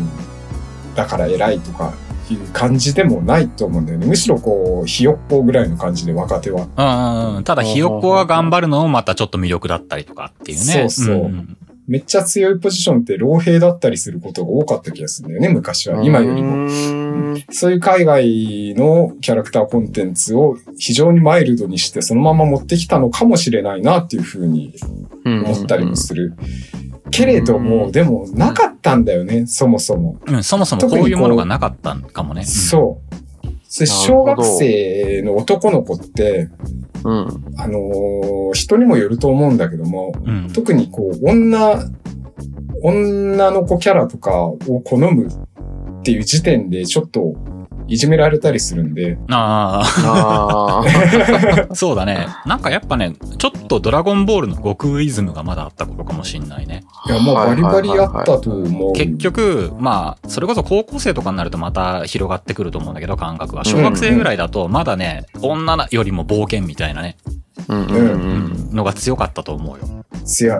Speaker 2: だから偉いとかいう感じでもないと思うんだよねむしろこうひよっこぐらいの感じで若手は。
Speaker 1: うんただひよっこが頑張るのもまたちょっと魅力だったりとかっていうね。
Speaker 2: そうそう、うんうんめっちゃ強いポジションって老兵だったりすることが多かった気がするんだよね、昔は。今よりも。そういう海外のキャラクターコンテンツを非常にマイルドにしてそのまま持ってきたのかもしれないなっていうふうに思ったりもする。けれども、でもなかったんだよね、そもそも。
Speaker 1: うん、そもそもこういうものがなかったかもね。
Speaker 2: そう。それ小学生の男の子って、
Speaker 3: うん、
Speaker 2: あのー、人にもよると思うんだけども、うん、特にこう、女、女の子キャラとかを好むっていう時点でちょっといじめられたりするんで。
Speaker 1: ああ。 そうだね。なんかやっぱね、ちょっとドラゴンボールの悟空イズムがまだあった頃かもしんないね。
Speaker 2: いや、もうバリバリあったと思う。
Speaker 1: 結局、まあ、それこそ高校生とかになるとまた広がってくると思うんだけど、感覚は。小学生ぐらいだと、まだね、女よりも冒険みたいなね。
Speaker 3: うんうん、
Speaker 1: のが強かったと思うよ。
Speaker 2: 強い。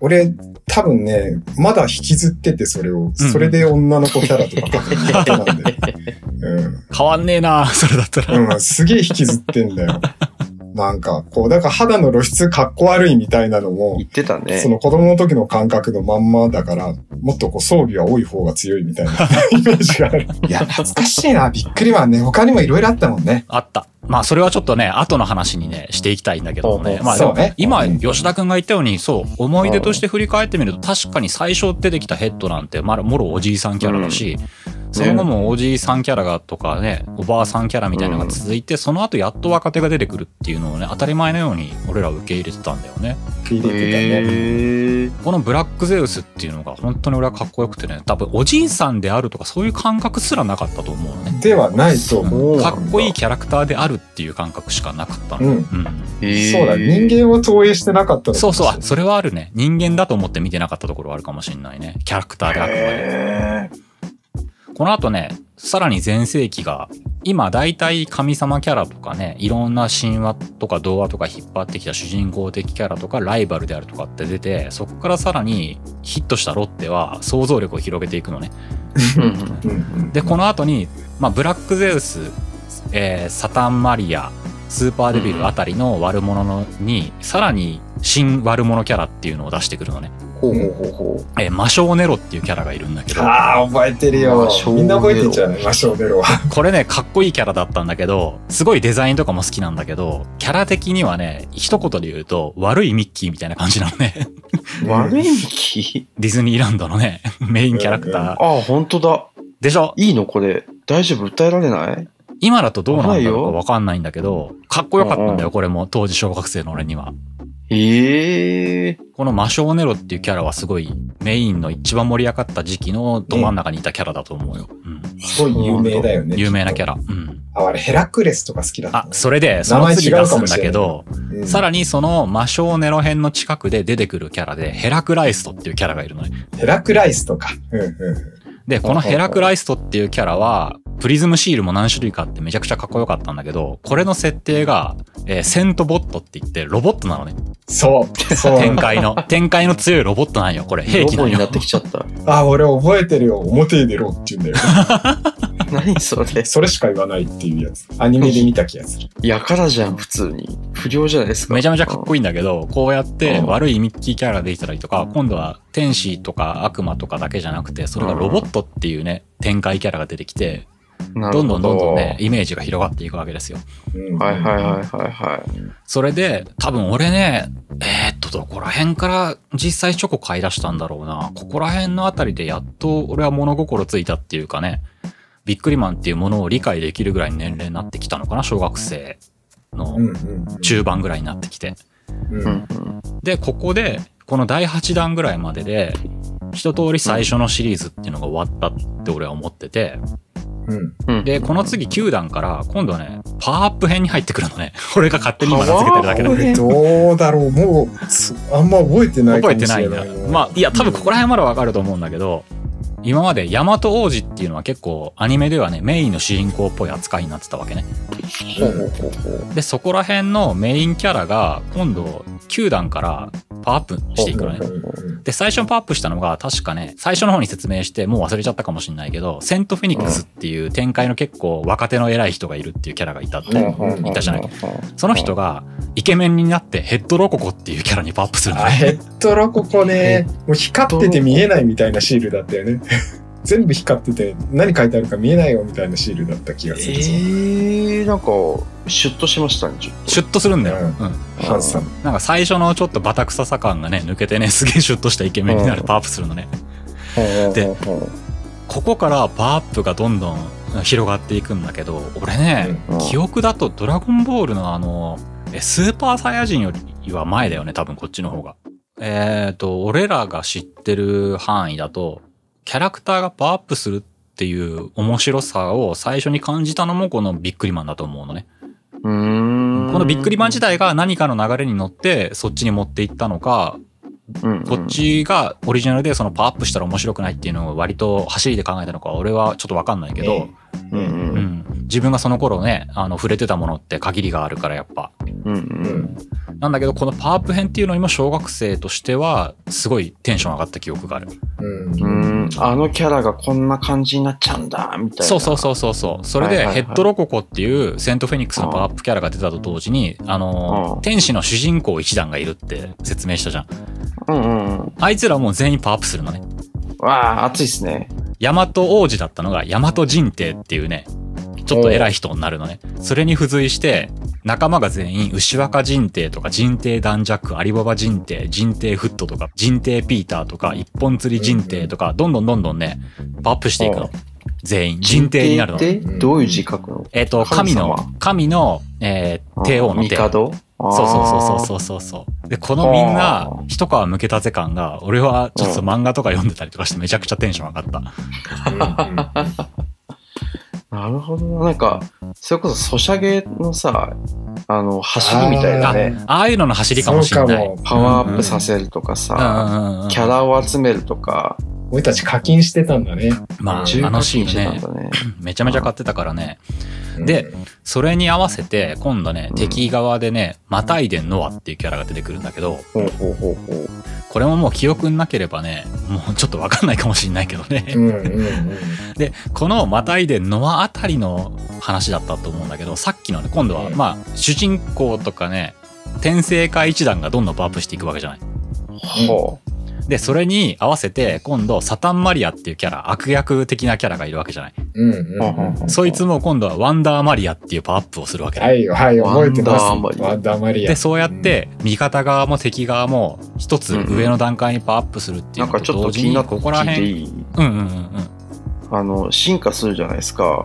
Speaker 2: 俺、多分ね、まだ引きずってて、それを。それで女の子キャラとか書くなん で。
Speaker 1: うん、変わんねえな それだったら。
Speaker 2: うん、すげえ引きずってんだよ。なんか、こう、だから肌の露出かっこ悪いみたいなのも、
Speaker 3: 言ってたね。
Speaker 2: その子供の時の感覚のまんまだから、もっとこう装備は多い方が強いみたいな イメージがある。いや、懐かしいな、びっくりマンね。他にもいろいろあったもんね。
Speaker 1: あった。まあ、それはちょっとね、後の話にね、していきたいんだけどもね。まあ、そうね。今、吉田くんが言ったように、そう、思い出として振り返ってみると、確かに最初出てきたヘッドなんて、まだ、もろおじいさんキャラだし、うんその後もおじいさんキャラがとかね、おばあさんキャラみたいなのが続いて、その後やっと若手が出てくるっていうのをね、当たり前のように俺ら受け入れてたんだよね。
Speaker 2: 受け入れてたね。
Speaker 1: このブラックゼウスっていうのが本当に俺はかっこよくてね、多分おじいさんであるとかそういう感覚すらなかったと思うのね。
Speaker 2: ではないと思う、
Speaker 1: うんかっこいいキャラクターであるっていう感覚しかなかったの。
Speaker 2: うんそうだ、人間を投影してなかったのか
Speaker 1: そうそう、あそれはあるね。人間だと思って見てなかったところはあるかもしれないね。キャラクターであくまで。この後ね、さらに全盛期が、今大体神様キャラとかね、いろんな神話とか童話とか引っ張ってきた主人公的キャラとかライバルであるとかって出て、そこからさらにヒットしたロッテは想像力を広げていくのね。で、この後に、まあ、ブラックゼウス、えー、サタンマリア、スーパーデビルあたりの悪者のに、さらに新悪者キャラっていうのを出してくるのね。
Speaker 3: ほうほうほうほ
Speaker 1: う。えー、魔性ネロっていうキャラがいるんだけど。
Speaker 2: ああ、覚えてるよ。みんな覚えてんじゃない魔性ネロは。、
Speaker 1: これね、かっこいいキャラだったんだけど、すごいデザインとかも好きなんだけど、キャラ的にはね、一言で言うと、悪いミッキーみたいな感じなのね。
Speaker 3: 悪いミッキ
Speaker 1: ーディズニーランドのね、 メインキャラクター。うんうん、
Speaker 3: ああ、本当だ。
Speaker 1: でしょ
Speaker 3: いいのこれ。大丈夫訴えられない
Speaker 1: 今だとどうなんだろうかわかんないんだけど、かっこよかったんだよ、これも。当時小学生の俺には。
Speaker 3: ええー、
Speaker 1: この魔性ネロっていうキャラはすごいメインの一番盛り上がった時期のど真ん中にいたキャラだと思うよ。うん
Speaker 2: すごい有名だよね。
Speaker 1: 有名なキャラ。うん、
Speaker 2: あ、あれヘラクレスとか好きだった、
Speaker 1: ね、あ、それで、その次出すんだけど、うん、さらにその魔性ネロ編の近くで出てくるキャラで、ヘラクライストっていうキャラがいるのね。
Speaker 2: ヘラクライストか。うんうん
Speaker 1: で、このヘラクライストっていうキャラは、プリズムシールも何種類かあってめちゃくちゃかっこよかったんだけど、これの設定が、えー、セントボットって言ってロボットなのね。
Speaker 2: そう。そう
Speaker 1: 展開の、展開の強いロボットなんよ。これ兵器なんよ。
Speaker 3: ロボになってきちゃった。
Speaker 2: あ、俺覚えてるよ。表へ出ろって言うんだよ。
Speaker 3: 何それ
Speaker 2: それしか言わないっていうやつ。アニメで見た気がする。
Speaker 3: やからじゃん、普通に。不良じゃないですか。
Speaker 1: めちゃめちゃかっこいいんだけど、こうやって悪いミッキーキャラできたりとか、今度は天使とか悪魔とかだけじゃなくて、それがロボットっていうね、展開キャラが出てきて、ど,どんどんどんどんね、イメージが広がっていくわけですよ。
Speaker 3: はいはいはいはいはい。
Speaker 1: それで、多分俺ね、えー、っと、どこら辺から実際チョコ買い出したんだろうな。ここら辺のあたりでやっと俺は物心ついたっていうかね、ビックリマンっていうものを理解できるぐらいの年齢になってきたのかな、小学生の中盤ぐらいになってきて。で、ここで、この第8弾ぐらいまでで、一通り最初のシリーズっていうのが終わったって俺は思ってて、
Speaker 2: うん、
Speaker 1: で、この次9弾から今度はね、パワーアップ編に入ってくるのね。 俺が勝手に今名付けてるだけだ
Speaker 2: けど。どうだろう、もう、あんま覚えてない
Speaker 1: 覚えてないんだ。まあ、いや、多分ここら辺まだわかると思うんだけど、今までヤマト王子っていうのは結構アニメではねメインの主人公っぽい扱いになってたわけね。でそこら辺のメインキャラが今度9段からパワーアップしていくのね。で最初にパワーアップしたのが確かね最初の方に説明してもう忘れちゃったかもしんないけどセント・フェニックスっていう展開の結構若手の偉い人がいるっていうキャラがいたっていたじゃない。その人がイケメンになってヘッドロココっていうキャラにパワーアップするのね。
Speaker 2: ヘッドロココねもう光ってて見えないみたいなシールだったよね。全部光ってて何書いてあるか見えないよみたいなシールだった気がするえ
Speaker 3: ー、なんかシュッとしましたねちょっと
Speaker 1: シュッとするんだよ、うん
Speaker 2: ハンサム
Speaker 1: なんか最初のちょっとバタ臭さ感がね抜けてねすげえシュッとしたイケメンになるパワーアップするのね、でここからパワーアップがどんどん広がっていくんだけど俺ね、記憶だと「ドラゴンボール」のあのスーパーサイヤ人よりは前だよね多分こっちの方がえっ、ー、と俺らが知ってる範囲だとキャラクターがパワーアップするっていう面白さを最初に感じたのもこのビックリマンだと思うのね。
Speaker 3: この
Speaker 1: ビックリマン自体が何かの流れに乗ってそっちに持っていったのか、うんうん、こっちがオリジナルでそのパワーアップしたら面白くないっていうのを割と走りで考えたのか俺はちょっとわかんないけど、自分がその頃ねあの触れてたものって限りがあるからやっぱ、
Speaker 3: うんうん、
Speaker 1: なんだけどこのパワーアップ編っていうのにも小学生としてはすごいテンション上がった記憶がある、
Speaker 3: うんあのキャラがこんな感じになっちゃうんだみたいな
Speaker 1: そうそうそうそうそうそれでヘッドロココっていうセント・フェニックスのパワーアップキャラが出たと同時にあの天使の主人公一団がいるって説明したじゃん
Speaker 3: うんうんうん、あ
Speaker 1: いつらもう全員パワーアップするのね。
Speaker 3: わあ、熱いっすね。
Speaker 1: 大和王子だったのが大和人帝っていうね、ちょっと偉い人になるのね。それに付随して、仲間が全員牛若人帝とか人帝男弱、アリババ人帝、人帝フットとか、人帝ピーターとか、一本釣り人帝とか、どんどんどんどんね、パワーアップしていくの。全員。人帝になるの。
Speaker 3: ってどういう字書くの
Speaker 1: えっ、と、神の、神の、えー帝王の帝。そう
Speaker 3: 帝
Speaker 1: そうそうそうそうそう。で、このみんな、一皮むけたぜ感が、俺はちょっと漫画とか読んでたりとかしてめちゃくちゃテンション上がった。
Speaker 3: なるほどな。なんか、それこそソシャゲのさ、あの、走りみたいなね。
Speaker 1: ああいうのの走りかもしれない。
Speaker 2: そうかも
Speaker 3: パワーアップさせるとかさ、キャ
Speaker 1: ラ。
Speaker 3: ラを集めるとか、
Speaker 2: 俺たち課金してたんだね。
Speaker 1: まあ、
Speaker 3: 重
Speaker 1: あ
Speaker 3: 課
Speaker 1: のシ
Speaker 3: 金して
Speaker 1: ー
Speaker 3: た
Speaker 1: ン
Speaker 3: ん
Speaker 1: ね、
Speaker 3: だね。
Speaker 1: めちゃめちゃ買ってたからね。で、それに合わせて、今度ね、敵側でね、マタイデン・ノアっていうキャラが出てくるんだけど、
Speaker 3: ほうほうほうほう。
Speaker 1: これももう記憶なければね、もうちょっとわかんないかもしんないけどね。
Speaker 2: うんうんうん。
Speaker 1: で、このまたいでノアあたりの話だったと思うんだけど、さっきのね、今度は、
Speaker 2: うん
Speaker 1: まあ、主人公とかね、転生会一団がどんどんパワーアップしていくわけじゃない。
Speaker 3: ほう。
Speaker 1: で、それに合わせて、今度、サタンマリアっていうキャラ、悪役的なキャラがいるわけじゃない。
Speaker 2: うんうんうん。
Speaker 1: そいつも今度はワンダーマリアっていうパワーアップをするわけだ。
Speaker 2: はいよ、はいよ、覚えてます。
Speaker 3: ワンダーマリア
Speaker 2: ワンダーマリア。
Speaker 1: で、そうやって、味方側も敵側も、一つ上の段階にパワーアップするってい
Speaker 3: な
Speaker 1: うんの
Speaker 3: かち
Speaker 1: と
Speaker 3: ょっ
Speaker 1: 同
Speaker 3: と気
Speaker 1: 時
Speaker 3: にな
Speaker 1: に、
Speaker 3: って
Speaker 1: ここら
Speaker 3: 聞いて
Speaker 1: 辺、
Speaker 3: いい
Speaker 1: うんうんうんうん。
Speaker 3: あの、進化するじゃないですか。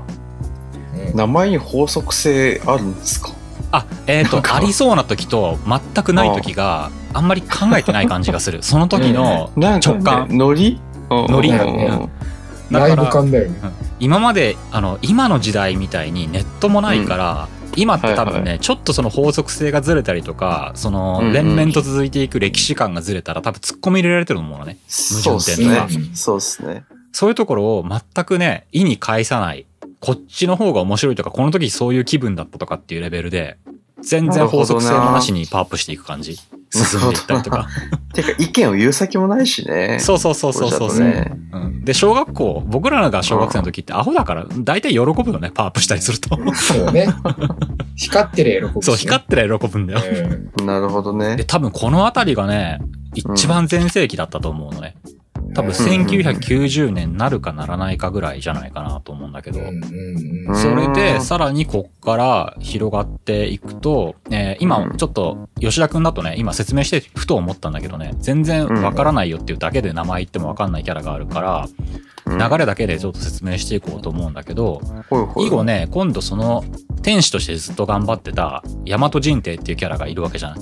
Speaker 2: うん、
Speaker 3: 名前に法則性あるんですか
Speaker 1: あ、えっ、
Speaker 3: なん
Speaker 1: と、
Speaker 3: か
Speaker 1: ありそうな時と全くない時があんまり考えてない感じがす る。その時の、
Speaker 3: なんか、ね、
Speaker 1: 直感
Speaker 3: ノリノ
Speaker 1: ノリ
Speaker 3: うん
Speaker 2: だよね
Speaker 3: うん
Speaker 1: だ
Speaker 2: ライ
Speaker 1: か
Speaker 2: ブ
Speaker 1: ら、
Speaker 2: 感だよね。
Speaker 1: 今まで、あの、今の時代みたいにネットもないから、今って多分ね、
Speaker 3: はい
Speaker 1: ちょっとその法則性がずれたりとか、その
Speaker 3: うんうん
Speaker 1: 連綿と続いていく歴史観がずれたら多分突っ込み入れられてると思うのね。
Speaker 3: そうです
Speaker 2: 矛
Speaker 3: ね
Speaker 2: 盾点。が
Speaker 3: そうですね。
Speaker 1: そういうところを全くね、意に介さない。こっちの方が面白いとか、この時そういう気分だったとかっていうレベルで、全然法則性もなしにパワーアップしていく感じ。進んでいったりとか。
Speaker 3: てか、意見を言う先もないしね。
Speaker 1: そうそうそうそうそう
Speaker 3: こ
Speaker 1: そ
Speaker 3: れ
Speaker 1: う。
Speaker 3: だとね。
Speaker 1: うんで小学校僕らが小学生の時ってアホだから大体喜ぶよねパワーアップしたりすると
Speaker 2: そうね。光ってる喜ぶしね。
Speaker 1: そう光ってりゃ喜ぶんだよ
Speaker 2: うん
Speaker 3: なるほど
Speaker 1: で
Speaker 3: ね。
Speaker 1: 多分この辺りがね一番全盛期だったと思うのね多分1990年になるかならないかぐらいじゃないかなと思うんだけど
Speaker 2: うんうんうん
Speaker 3: ん
Speaker 1: それでさらにこっから広がっていくと、えー今ちょっと吉田くんだとね今説明してふと思ったんだけどね全然わからないよっていうだけで名前言ってもわかんないキャラがあるから
Speaker 3: うん
Speaker 1: 流れだけでちょっと説明していこうと思うんだけど、
Speaker 3: ほいほい
Speaker 1: 以後ね今度その天使としてずっと頑張ってた大和人帝っていうキャラがいるわけじゃない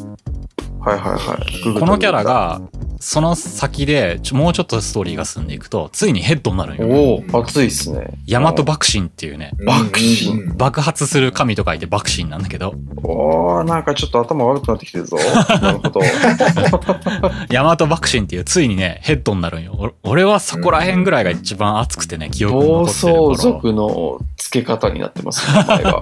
Speaker 3: はいはいはい。ググ
Speaker 1: このキャラがその先でちょもうちょっとストーリーが進んでいくとついにヘッドになるんよ
Speaker 3: おお、熱いっすね。
Speaker 1: 大和爆心っていうね
Speaker 3: 爆心
Speaker 2: うんうんうん
Speaker 1: 爆発する神と書いて爆心なんだけど
Speaker 3: おお、なんかちょっと頭悪くなってきてるぞ。なるほど。
Speaker 1: 大和爆心っていうついにねヘッドになるんよお俺はそこら辺ぐらいが一番熱くてね記憶に残ってる
Speaker 3: 暴走
Speaker 1: 頃
Speaker 3: 族の付け方になってます、名前が。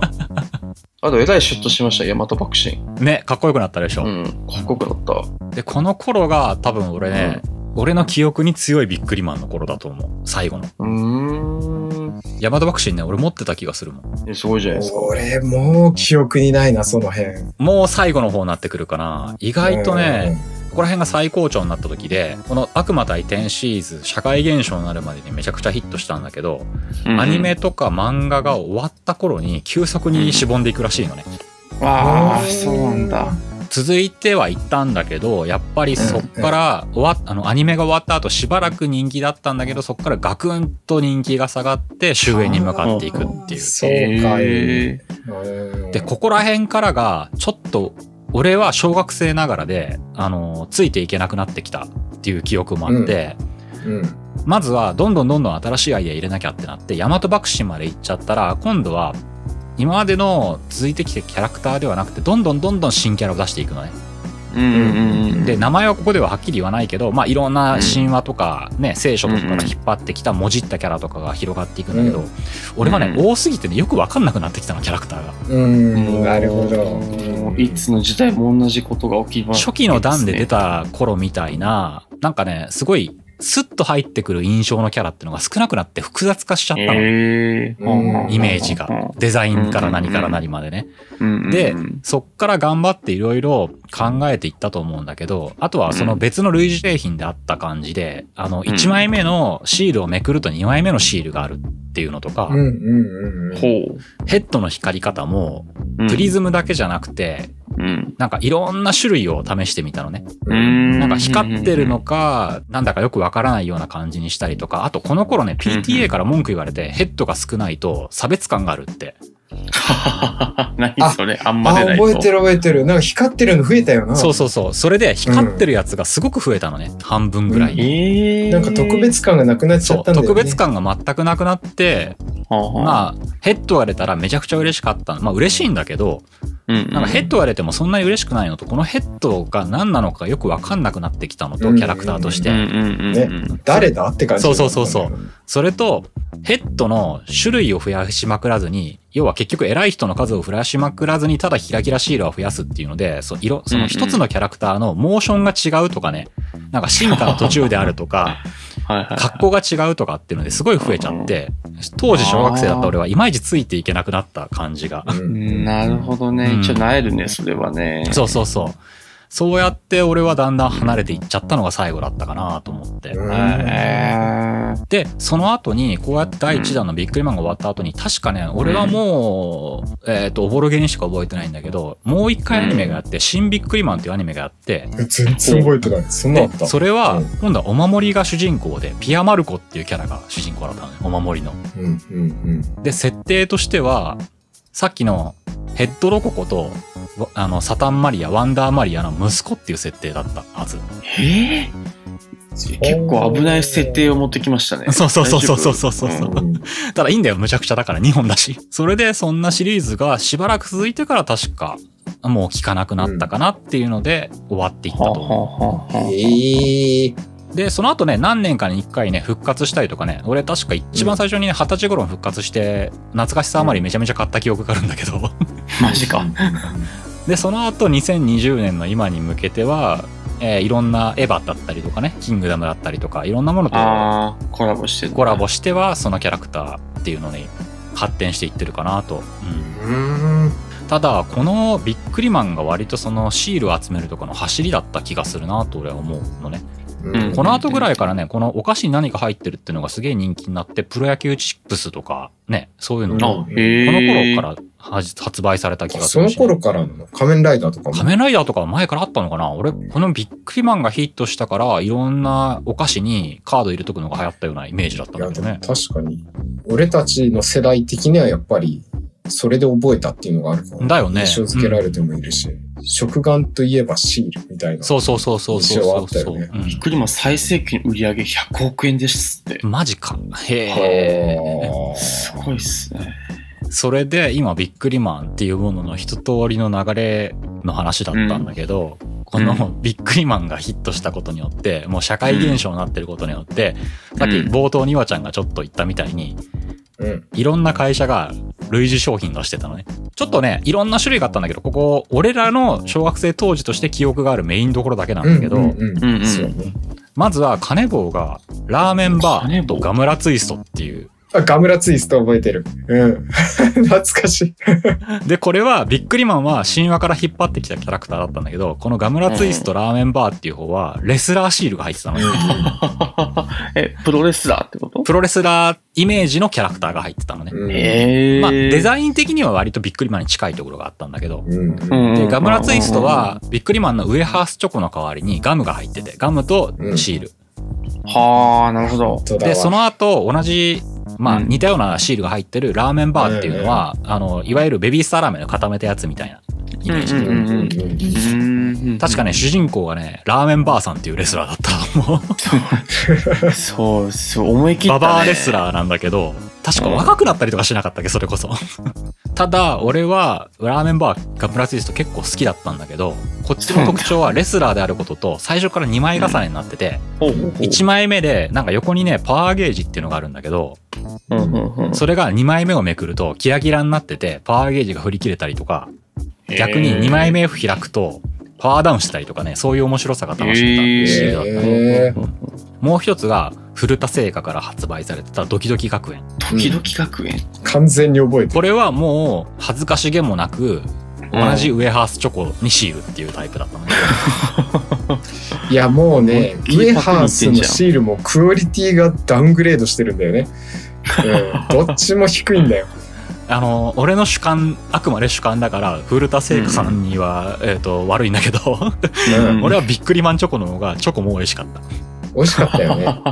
Speaker 3: あと、えらいシュッとしました、ヤマト爆心。
Speaker 1: ねかっこよくなったでしょ、
Speaker 3: うん、かっこよくなった。
Speaker 1: でこの頃が多分俺ね、俺の記憶に強いビックリマンの頃だと思う最後の
Speaker 3: うーん
Speaker 1: 大和爆心ね俺持ってた気がするもん
Speaker 3: え。すごいじゃないですか。
Speaker 2: 俺、もう記憶にないな、その辺。
Speaker 1: もう最後の方になってくるかな。意外とね、ここら辺が最高潮になった時で、この悪魔対天シリーズ、社会現象になるまでにめちゃくちゃヒットしたんだけど、アニメとか漫画が終わった頃に急速にしぼんでいくらしいのね。
Speaker 3: ああ、そうなんだ。
Speaker 1: 続いてはいったんだけど、やっぱりそっから終わっ、あの、アニメが終わった後しばらく人気だったんだけど、そっからガクンと人気が下がって終焉に向かっていくっていう。
Speaker 2: そうかい。
Speaker 3: えー
Speaker 2: うん
Speaker 1: で、ここら辺からが、ちょっと、俺は小学生ながらで、あの、ついていけなくなってきたっていう記憶もあって、
Speaker 2: うん
Speaker 1: まずは、どんどんどんどん新しいアイデア入れなきゃってなって、大和爆心まで行っちゃったら、今度は、今までの続いてきてキャラクターではなくて、どんどんどんどん新キャラを出していくのね。
Speaker 3: うんうんうん。
Speaker 1: で、名前はここでははっきり言わないけど、まあ、いろんな神話とか、ね、聖書とかから引っ張ってきた、もじったキャラとかが広がっていくんだけど、
Speaker 2: うん
Speaker 1: 俺はね、
Speaker 3: う
Speaker 1: 多すぎてね、よくわかんなくなってきたの、キャラクターが。
Speaker 2: うん、なるほど。
Speaker 3: もういつの時代も同じことが起きます、
Speaker 1: 初期の段で出。た頃みたいな、なんかね、すごい、スッと入ってくる印象のキャラってのが少なくなって複雑化しちゃったの。
Speaker 3: えー
Speaker 2: うん
Speaker 1: イメージが。デザインから何から何までね。でそっから頑張っていろいろ考えていったと思うんだけど、あとはその別の類似製品であった感じで、あの、
Speaker 3: うん
Speaker 1: 1枚目のシールをめくると2枚目のシールがあるっていうのとか
Speaker 2: うん、うんうんうん。
Speaker 3: ほう。
Speaker 1: ヘッドの光り方も、プリズムだけじゃなくて、
Speaker 3: うん。
Speaker 1: なんかいろんな種類を試してみたのね。
Speaker 3: うん。
Speaker 1: なんか光ってるのか、なんだかよくわからないような感じにしたりとか、あとこの頃ね、PTA から文句言われて、ヘッドが少ないと差別感があるって。
Speaker 3: 何それあんま
Speaker 2: あ、
Speaker 3: 出ない
Speaker 2: 覚えてる覚えてる。なんか光ってるの増えたよな。
Speaker 1: そうそうそう。それで光ってるやつがすごく増えたのね。半分ぐらいに。
Speaker 3: えー、
Speaker 2: なんか特別感がなくなっち
Speaker 1: そ
Speaker 2: ゃっ
Speaker 1: う、
Speaker 2: たんだよね。
Speaker 1: 特別感が全くなくなって、
Speaker 3: まあ、
Speaker 1: まあ、ヘッドが出たらめちゃくちゃ嬉しかったの。まあ嬉しいんだけど、
Speaker 3: うん、
Speaker 1: なんかヘッドが出てもそんなに嬉しくないのと、このヘッドが何なのかよくわかんなくなってきたのと、
Speaker 2: うん
Speaker 1: キャラクターとし
Speaker 3: う
Speaker 1: て。
Speaker 3: んうんうんうん
Speaker 2: 誰だって感じ。
Speaker 1: そうそうそうそれと、ヘッドの種類を増やしまくらずに、要は結局偉い人の数を増やしまくらずに、ただキラキラシールを増やすっていうので、そう色その一つのキャラクターのモーションが違うとかね、なんか進化の途中であるとか、
Speaker 3: はいはいはい
Speaker 1: 格好が違うとかっていうのですごい増えちゃって、当時小学生だった俺はいまいちついていけなくなった感じが。
Speaker 2: う。
Speaker 3: うんんなるほどね
Speaker 1: う。ん
Speaker 3: ちょっとなえるね、それはね。
Speaker 1: そうそうそう。そうやって俺はだんだん離れていっちゃったのが最後だったかなと思って。
Speaker 2: うん
Speaker 3: へー
Speaker 1: で、その後に、こうやって第1弾のビックリマンが終わった後に、確かね、俺はもう、えっ、と、おぼろげにしか覚えてないんだけど、もう一回アニメがあって、新ビックリマンっていうアニメがあって、
Speaker 2: 全然覚えてない。そんなのあ
Speaker 1: で
Speaker 2: った。、
Speaker 1: それは
Speaker 2: うん、
Speaker 1: 今度はお守りが主人公で、ピアマルコっていうキャラが主人公だったのね、お守りの。
Speaker 2: うんうんうん。
Speaker 1: で、設定としては、さっきのヘッドロココと、わあの、サタンマリア、ワンダーマリアの息子っていう設定だったはず。
Speaker 3: えー結構危ない設定を持ってきましたね。
Speaker 1: そうそうそうそうそうそうそう
Speaker 3: 大丈夫
Speaker 2: うん
Speaker 1: ただいいんだよ、むちゃくちゃだから、2本だし。それで、そんなシリーズがしばらく続いてから確か、もう聞かなくなったかなっていうので、終わっていった
Speaker 3: はあ
Speaker 1: と
Speaker 3: は
Speaker 1: 思
Speaker 3: あはあはあ
Speaker 2: ええ
Speaker 1: う。で、その後ね、何年かに1回ね、復活したりとかね、俺確か一番最初にね、二十歳頃に復活して、懐かしさあまりめちゃめちゃ買った記憶があるんだけど。
Speaker 3: マジか。
Speaker 1: で、その後2020年の今に向けては、えーいろんなエヴァだったりとかね、キングダムだったりとか、いろんなものと
Speaker 3: ああ、コラボしてる
Speaker 1: コラボしては、そのキャラクターっていうのに発展していってるかなと。うん
Speaker 2: うん。
Speaker 1: ただこのビックリマンが割とそのシールを集めるとかの走りだった気がするなと俺は思うのね
Speaker 3: うん
Speaker 1: この後ぐらいからねこのお菓子に何か入ってるっていうのがすげえ人気になってプロ野球チップスとかねそういうの
Speaker 2: あ
Speaker 1: も
Speaker 3: あ、へえ。
Speaker 1: この頃からはじ発売された気がす
Speaker 2: そ
Speaker 1: る
Speaker 2: の
Speaker 1: し
Speaker 2: 頃からの仮面ライダーとかも。
Speaker 1: 仮面ライダーとかは前からあったのかな俺このビックリマンがヒットしたからいろんなお菓子にカード入れとくのが流行ったようなイメージだったん
Speaker 2: いや
Speaker 1: だけ
Speaker 2: で
Speaker 1: ど
Speaker 2: も
Speaker 1: ね
Speaker 2: 確かに。俺たちの世代的にはやっぱり、それで覚えたっていうのがあるから。
Speaker 1: だよね
Speaker 2: 印象付けられてもいるし、食玩といえばシールみたいな。
Speaker 1: そうそうそうそうそうそうそう
Speaker 2: 印象はあったよ
Speaker 1: うん
Speaker 3: クリマン最盛期の売り上げ100億円ですって。
Speaker 1: マジか
Speaker 2: は
Speaker 1: へ
Speaker 2: あ
Speaker 1: え
Speaker 3: すごいっすね。
Speaker 1: それで今ビックリマンっていうものの一通りの流れの話だったんだけど、このビックリマンがヒットしたことによって、もう社会現象になってることによって、さっき冒頭にわちゃんがちょっと言ったみたいに、
Speaker 2: うん。
Speaker 1: いろんな会社が類似商品出してたのね。ちょっとね、いろんな種類があったんだけど、ここ、俺らの小学生当時として記憶があるメインどころだけなんだけど、
Speaker 2: うんうんうん
Speaker 3: うんうん
Speaker 2: そうね。
Speaker 1: まずはカネボウがラーメンバーとガムラツイストっていう
Speaker 2: あ、ガムラツイスト覚えてる。うん。 懐かしい。
Speaker 1: で、これは、ビックリマンは神話から引っ張ってきたキャラクターだったんだけど、このガムラツイストラーメンバーっていう方は、レスラーシールが入ってたのね。
Speaker 3: え、プロレスラーってこと
Speaker 1: プロレスラーイメージのキャラクターが入ってたのね。
Speaker 2: うん
Speaker 3: へえ。
Speaker 1: まあ、デザイン的には割とビックリマンに近いところがあったんだけど、
Speaker 2: うんうん
Speaker 3: うん
Speaker 1: で、ガムラツイスト、は、ビックリマンのウエハースチョコの代わりにガムが入ってて、ガムとシール。
Speaker 3: はあ、なるほど。
Speaker 2: そうだ
Speaker 1: で、
Speaker 2: わ
Speaker 1: その後、同じ、まあ、
Speaker 3: うん
Speaker 1: 似たようなシールが入ってるラーメンバーっていうのは、あの、いわゆるベビースターラーメンの固めたやつみたいなイメージ
Speaker 3: う
Speaker 2: うんん
Speaker 3: うんうんうん
Speaker 1: 確かね、、主人公がね、ラーメンバーさんっていうレスラーだった。もう、
Speaker 3: そうそう、思い 切った、
Speaker 1: バ
Speaker 3: ね。
Speaker 1: バアレスラーなんだけど、確か若くなったりとかしなかったっけ、それこそ。 ただ、俺は、ラーメンバー、ガムラツイスト結構好きだったんだけど、こっちの特徴はレスラーであることと、最初から2枚重ねになってて、
Speaker 3: おうおうおう
Speaker 1: 1枚目で、なんか横にね、パワーゲージっていうのがあるんだけど、
Speaker 3: うんうんうん
Speaker 1: それが2枚目をめくると、キラキラになってて、パワーゲージが振り切れたりとか、逆に2枚目を開くと、パワーダウンしたりとかね、そういう面白さが楽しめたシールだった。
Speaker 2: へー
Speaker 1: もう一つが、古田製菓から発売されてたドキドキ学園。
Speaker 3: 時々学園。
Speaker 2: 完全に覚えて
Speaker 1: これはもう、恥ずかしげもなく、同じウエハースチョコにシールっていうタイプだったので、
Speaker 2: る。いや、もうね、
Speaker 3: もう
Speaker 2: ウエハースのシールも クオリティがダウングレードしてるんだよね。うん。どっちも低いんだよ。
Speaker 1: あの俺の主観あくまで主観だから古田聖子さんには、えー、と悪いんだけど
Speaker 3: うん
Speaker 1: 俺はビックリマンチョコの方がチョコも美味しかった
Speaker 2: 美味しかったよね。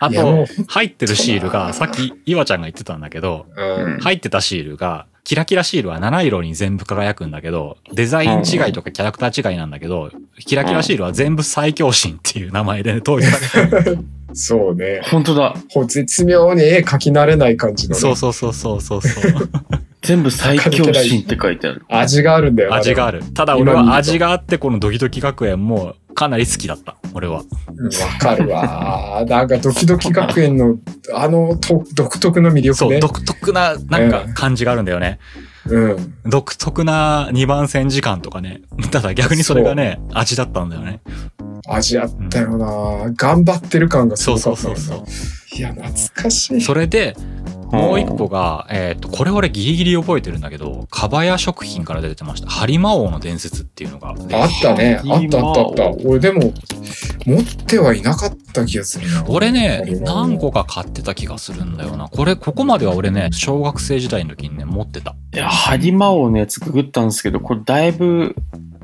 Speaker 1: あ
Speaker 2: いやも
Speaker 1: と入ってるシール がさっき岩ちゃんが言ってたんだけど
Speaker 2: うん。
Speaker 1: 入ってたシールがキラキラシールは七色に全部輝くんだけどデザイン違いとかキャラクター違いなんだけどキラキラシールは全部最強神っていう名前で、ね、統一されてる
Speaker 2: そうね。
Speaker 3: 本当だ。
Speaker 2: ほう絶妙に絵描き慣れない感じの、ね、
Speaker 1: そうそうそうそうそうそう
Speaker 3: 全部最強心って書いてある。
Speaker 2: 味があるんだよ
Speaker 1: 味があ
Speaker 2: る。
Speaker 1: るただ俺は味があってこのドキドキ学園もかなり好きだった俺は
Speaker 2: うんわかるわ。なんかドキドキ学園のあのと独特の魅力
Speaker 1: そう
Speaker 2: ね。
Speaker 1: 独特ななんか感じがあるんだよね、
Speaker 2: うん。
Speaker 1: 独特な2番線時間とかねただ逆にそれがね味だったんだよね
Speaker 2: 味あったよな、頑張ってる感がす
Speaker 1: そ
Speaker 2: ご
Speaker 1: う
Speaker 2: か
Speaker 1: そ
Speaker 2: っ
Speaker 1: う
Speaker 2: た
Speaker 1: そうそう
Speaker 2: ういや、懐かしい。
Speaker 1: それで もう一個が、えっ、と、これ俺ギリギリ覚えてるんだけど、かばや食品から出てました。ハリマ王の伝説っていうのが。
Speaker 2: あったね。あ
Speaker 3: いい
Speaker 2: ったあったあった。
Speaker 3: まあ
Speaker 2: 俺でも、持ってはいなかった気がするな。
Speaker 1: 俺ね
Speaker 2: あれ、は
Speaker 1: 何個か買ってた気がするんだよな。これ、ここまでは俺ね、小学生時代の時にね、持ってた。
Speaker 3: いや、ハリマ王のやつググったんですけど、これだいぶ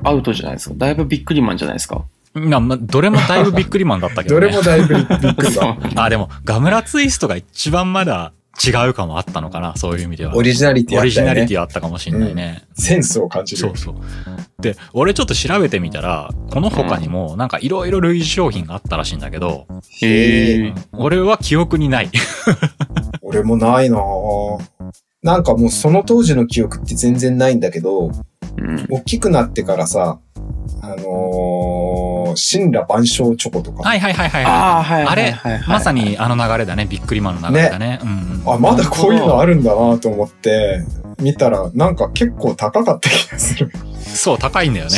Speaker 3: アウトじゃないですか。だいぶビックリマンじゃないですか。
Speaker 1: なまどれもだいぶビックリマンだったけど
Speaker 2: ど
Speaker 1: ね。
Speaker 2: れもだいぶびっく りだ。
Speaker 1: あ、でも、ガムラツイストが一番まだ違う感もあったのかな、そういう意味では。
Speaker 2: オリジナリティ
Speaker 1: オ
Speaker 2: あっ
Speaker 1: リジ
Speaker 2: た
Speaker 1: ナ
Speaker 2: よ
Speaker 1: リテ
Speaker 2: ね。
Speaker 1: ィあったかもしんないね。
Speaker 2: センスを感じる。
Speaker 1: そうそう。で、俺ちょっと調べてみたら、この他にも、なんかいろいろ類似商品があったらしいんだけど、
Speaker 3: へえ。
Speaker 1: 俺は記憶にない。
Speaker 2: 俺もないなぁなんかもうその当時の記憶って全然ないんだけど、
Speaker 3: うん
Speaker 2: 大きくなってからさ、あのー、神羅万象チョコとか。
Speaker 1: はいはいはいはい。
Speaker 3: ああ、はい。
Speaker 1: あれ
Speaker 3: はいはいはい
Speaker 1: まさにあの流れだね。ビックリマンの流れだね。うんうん。
Speaker 2: あ、まだこういうのあるんだなと思って、見たらなんか結構高かった気がする。
Speaker 1: そう、高いんだよね。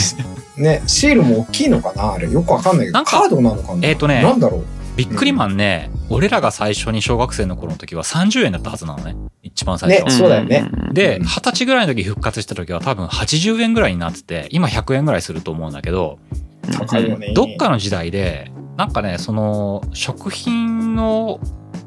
Speaker 2: ね、シールも大きいのかなあれ、よくわかんないけ
Speaker 1: な
Speaker 2: ど、
Speaker 1: んか
Speaker 2: カードなのかな
Speaker 1: えっ、とね
Speaker 2: な、んだろう
Speaker 1: ビックリマンね、俺らが最初に小学生の頃の時は30円だったはずなのね。一番最初。
Speaker 2: ねそうだよね。
Speaker 3: ん
Speaker 1: で、
Speaker 2: うん
Speaker 1: 二十歳ぐらいの時復活した時は多分80円ぐらいになってて、今100円ぐらいすると思うんだけど、
Speaker 2: 高いよ。ね。。
Speaker 1: どっかの時代で、なんかね、その、食品の、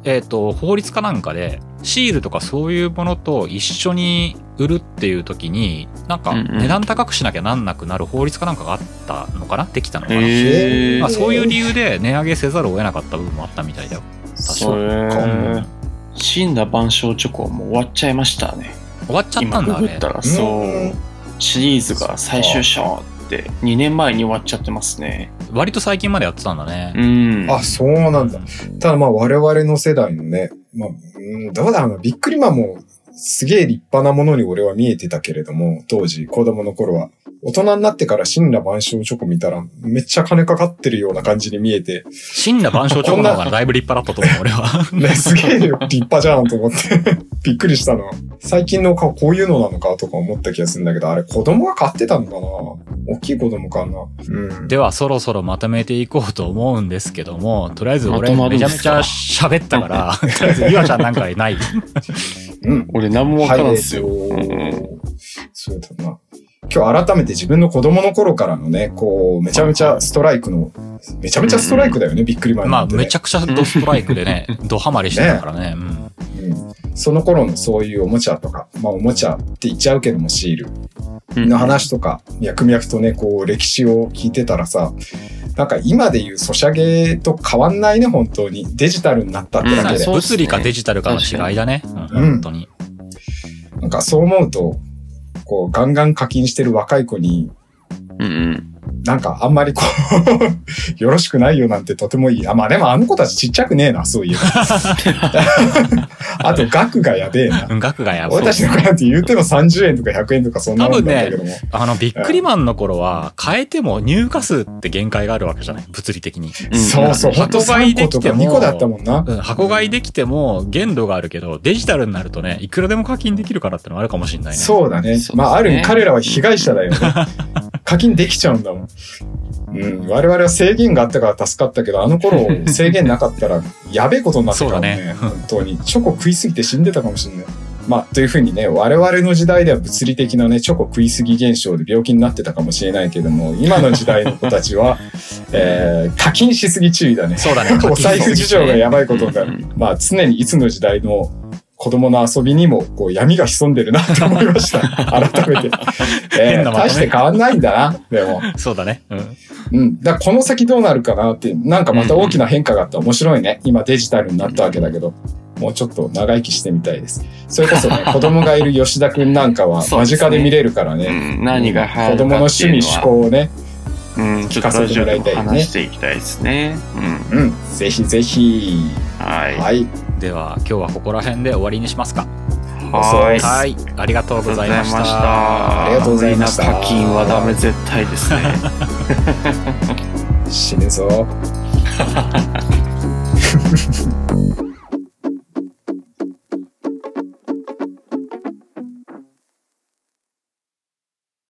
Speaker 1: えっ、と、法律かなんかで、シールとかそういうものと一緒に売るっていう時に、なんか
Speaker 3: うんうん
Speaker 1: 値段高くしなきゃなんなくなる法律かなんかがあったのかなできたのかな、
Speaker 3: へえ。
Speaker 1: まあ、そういう理由で値上げせざるを得なかった部分もあったみたいだよ。
Speaker 3: そ
Speaker 1: 確
Speaker 3: れ
Speaker 1: か。
Speaker 3: 死んだ万象チョコはもう終わっちゃいましたね。
Speaker 1: 終わっちゃった
Speaker 3: 今
Speaker 1: んだ、あ
Speaker 3: ググっ
Speaker 1: れ。
Speaker 3: たら、そううんシリーズが最終章って2年前に終わっちゃってますね。
Speaker 1: 割と最近までやってたんだね。
Speaker 3: うん。
Speaker 2: あ、そうなん だ。ただまあ我々の世代のね、まあ、うんどうだろうな、ビックリマンもすげえ立派なものに俺は見えてたけれども、当時、子供の頃は。大人になってから神羅万象チョコ見たら、めっちゃ金かかってるような感じに見えて、
Speaker 1: 真羅万象チョコの方がだいぶ立派だったと思う、俺 は。
Speaker 2: ね、すげえ立派じゃんと思って、 びっくりしたな。最近の顔こういうのなのかとか思った気がするんだけど、あれ子供が買ってたのかな大きい子供かなうん。
Speaker 1: ではそろそろまとめていこうと思うんですけども、とりあえず
Speaker 3: ま
Speaker 1: 俺
Speaker 3: とまる
Speaker 1: め
Speaker 3: ん
Speaker 1: ち
Speaker 3: で
Speaker 1: ゃめ
Speaker 3: す
Speaker 1: ちゃ
Speaker 3: か
Speaker 1: 喋ったから、とりあえずゆあちゃんなんかいない。
Speaker 2: うん。
Speaker 3: 俺何もわからんすよ。
Speaker 2: はいえーと
Speaker 3: う
Speaker 2: そうだな。今日改めて自分の子供の頃からのね、こう、めちゃめちゃストライクの、めちゃめちゃストライクだよね、びっくりマン
Speaker 1: ま
Speaker 2: な
Speaker 1: あ
Speaker 2: んて、
Speaker 1: めちゃくちゃドストライクでね、ドハマりしてたからね。うん
Speaker 2: うんその頃のそういうおもちゃとか、まあおもちゃって言っちゃうけどもシール
Speaker 3: うん
Speaker 2: の話とか、脈々とね、こう歴史を聞いてたらさ、なんか今でいうソシャゲと変わんないね、本当に。デジタルになったってだけで。
Speaker 3: そうっす
Speaker 1: 物
Speaker 3: ね
Speaker 1: 理かデジタルかの違いだね。うん
Speaker 2: うん
Speaker 1: 本当に。
Speaker 2: なんかそう思うと、こうガンガン課金してる若い子に
Speaker 3: うんうん。
Speaker 2: なんかあんまりこう 、よろしくないよなんてとてもいい。あ、まあでもあの子たちちっちゃくねえな、そういえ ば。あと、額がやべえな。
Speaker 1: うん額がやば
Speaker 2: 俺
Speaker 1: い
Speaker 2: た。ちの子なんて言うても30円とか100円とかそんなもんなんだけども。
Speaker 1: あの、ビックリマンの頃は、変えても入荷数って限界があるわけじゃない物理的に。
Speaker 3: うん
Speaker 2: そうそう、ほんと
Speaker 1: 箱買い
Speaker 2: 3
Speaker 1: で
Speaker 2: 個
Speaker 1: き
Speaker 2: と
Speaker 1: て
Speaker 2: か
Speaker 1: も
Speaker 2: 2個だったもんな。
Speaker 1: うん箱買いできても限度があるけど、デジタルになるとね、いくらでも課金できるからってのはあるかもしれないね。
Speaker 2: そうだね。
Speaker 3: そうですね
Speaker 2: まあある意味彼らは被害者だよね。課金できちゃうんだもん。うん、我々は制限があったから助かったけど、あの頃制限なかったらやべえことになってたもんね。
Speaker 1: そうだ
Speaker 2: 本当に。チョコ食いすぎて死んでたかもしれない。まあ、というふうにね、我々の時代では物理的なね、チョコ食いすぎ現象で病気になってたかもしれないけども、今の時代の子たちは、 えー課金しすぎ注意だね。
Speaker 1: そうだね。課
Speaker 2: お
Speaker 1: 金
Speaker 2: 財布事情がやばいことにな
Speaker 3: う
Speaker 2: る
Speaker 3: ん。
Speaker 2: まあ、常にいつの時代の子供の遊びにもこう闇が潜んでるなと思いま した。改めて。え
Speaker 1: 変なま
Speaker 2: ー、
Speaker 1: とめ
Speaker 2: 大して変わんないんだな、でも。
Speaker 1: そうだね。うん。
Speaker 2: うん。だからこの先どうなるかなって、なんかまた大きな変化があって面白いね。今デジタルになったわけだけど、もうちょっと長生きしてみたいです。それこそ ね、子供がいる吉田くんなんかは
Speaker 3: そう
Speaker 2: 間
Speaker 3: ですね
Speaker 2: 近で見れるからね。
Speaker 3: うん何が入
Speaker 2: 子
Speaker 3: るか
Speaker 2: 供の
Speaker 3: っ
Speaker 2: 趣
Speaker 3: ていう
Speaker 2: 味趣
Speaker 3: のは
Speaker 2: 向をね。
Speaker 3: うん、ちょっとラジオでも話していきたいですね。うん、
Speaker 2: うん。ぜひぜひ。
Speaker 3: はい。
Speaker 2: はい。
Speaker 1: では、今日はここら辺で終わりにしますか。
Speaker 2: は
Speaker 3: はいい。
Speaker 1: はい。ありがとうございました。
Speaker 2: ありがとうございました
Speaker 3: 課金はダメ絶対ですね。
Speaker 2: 死ぬぞ。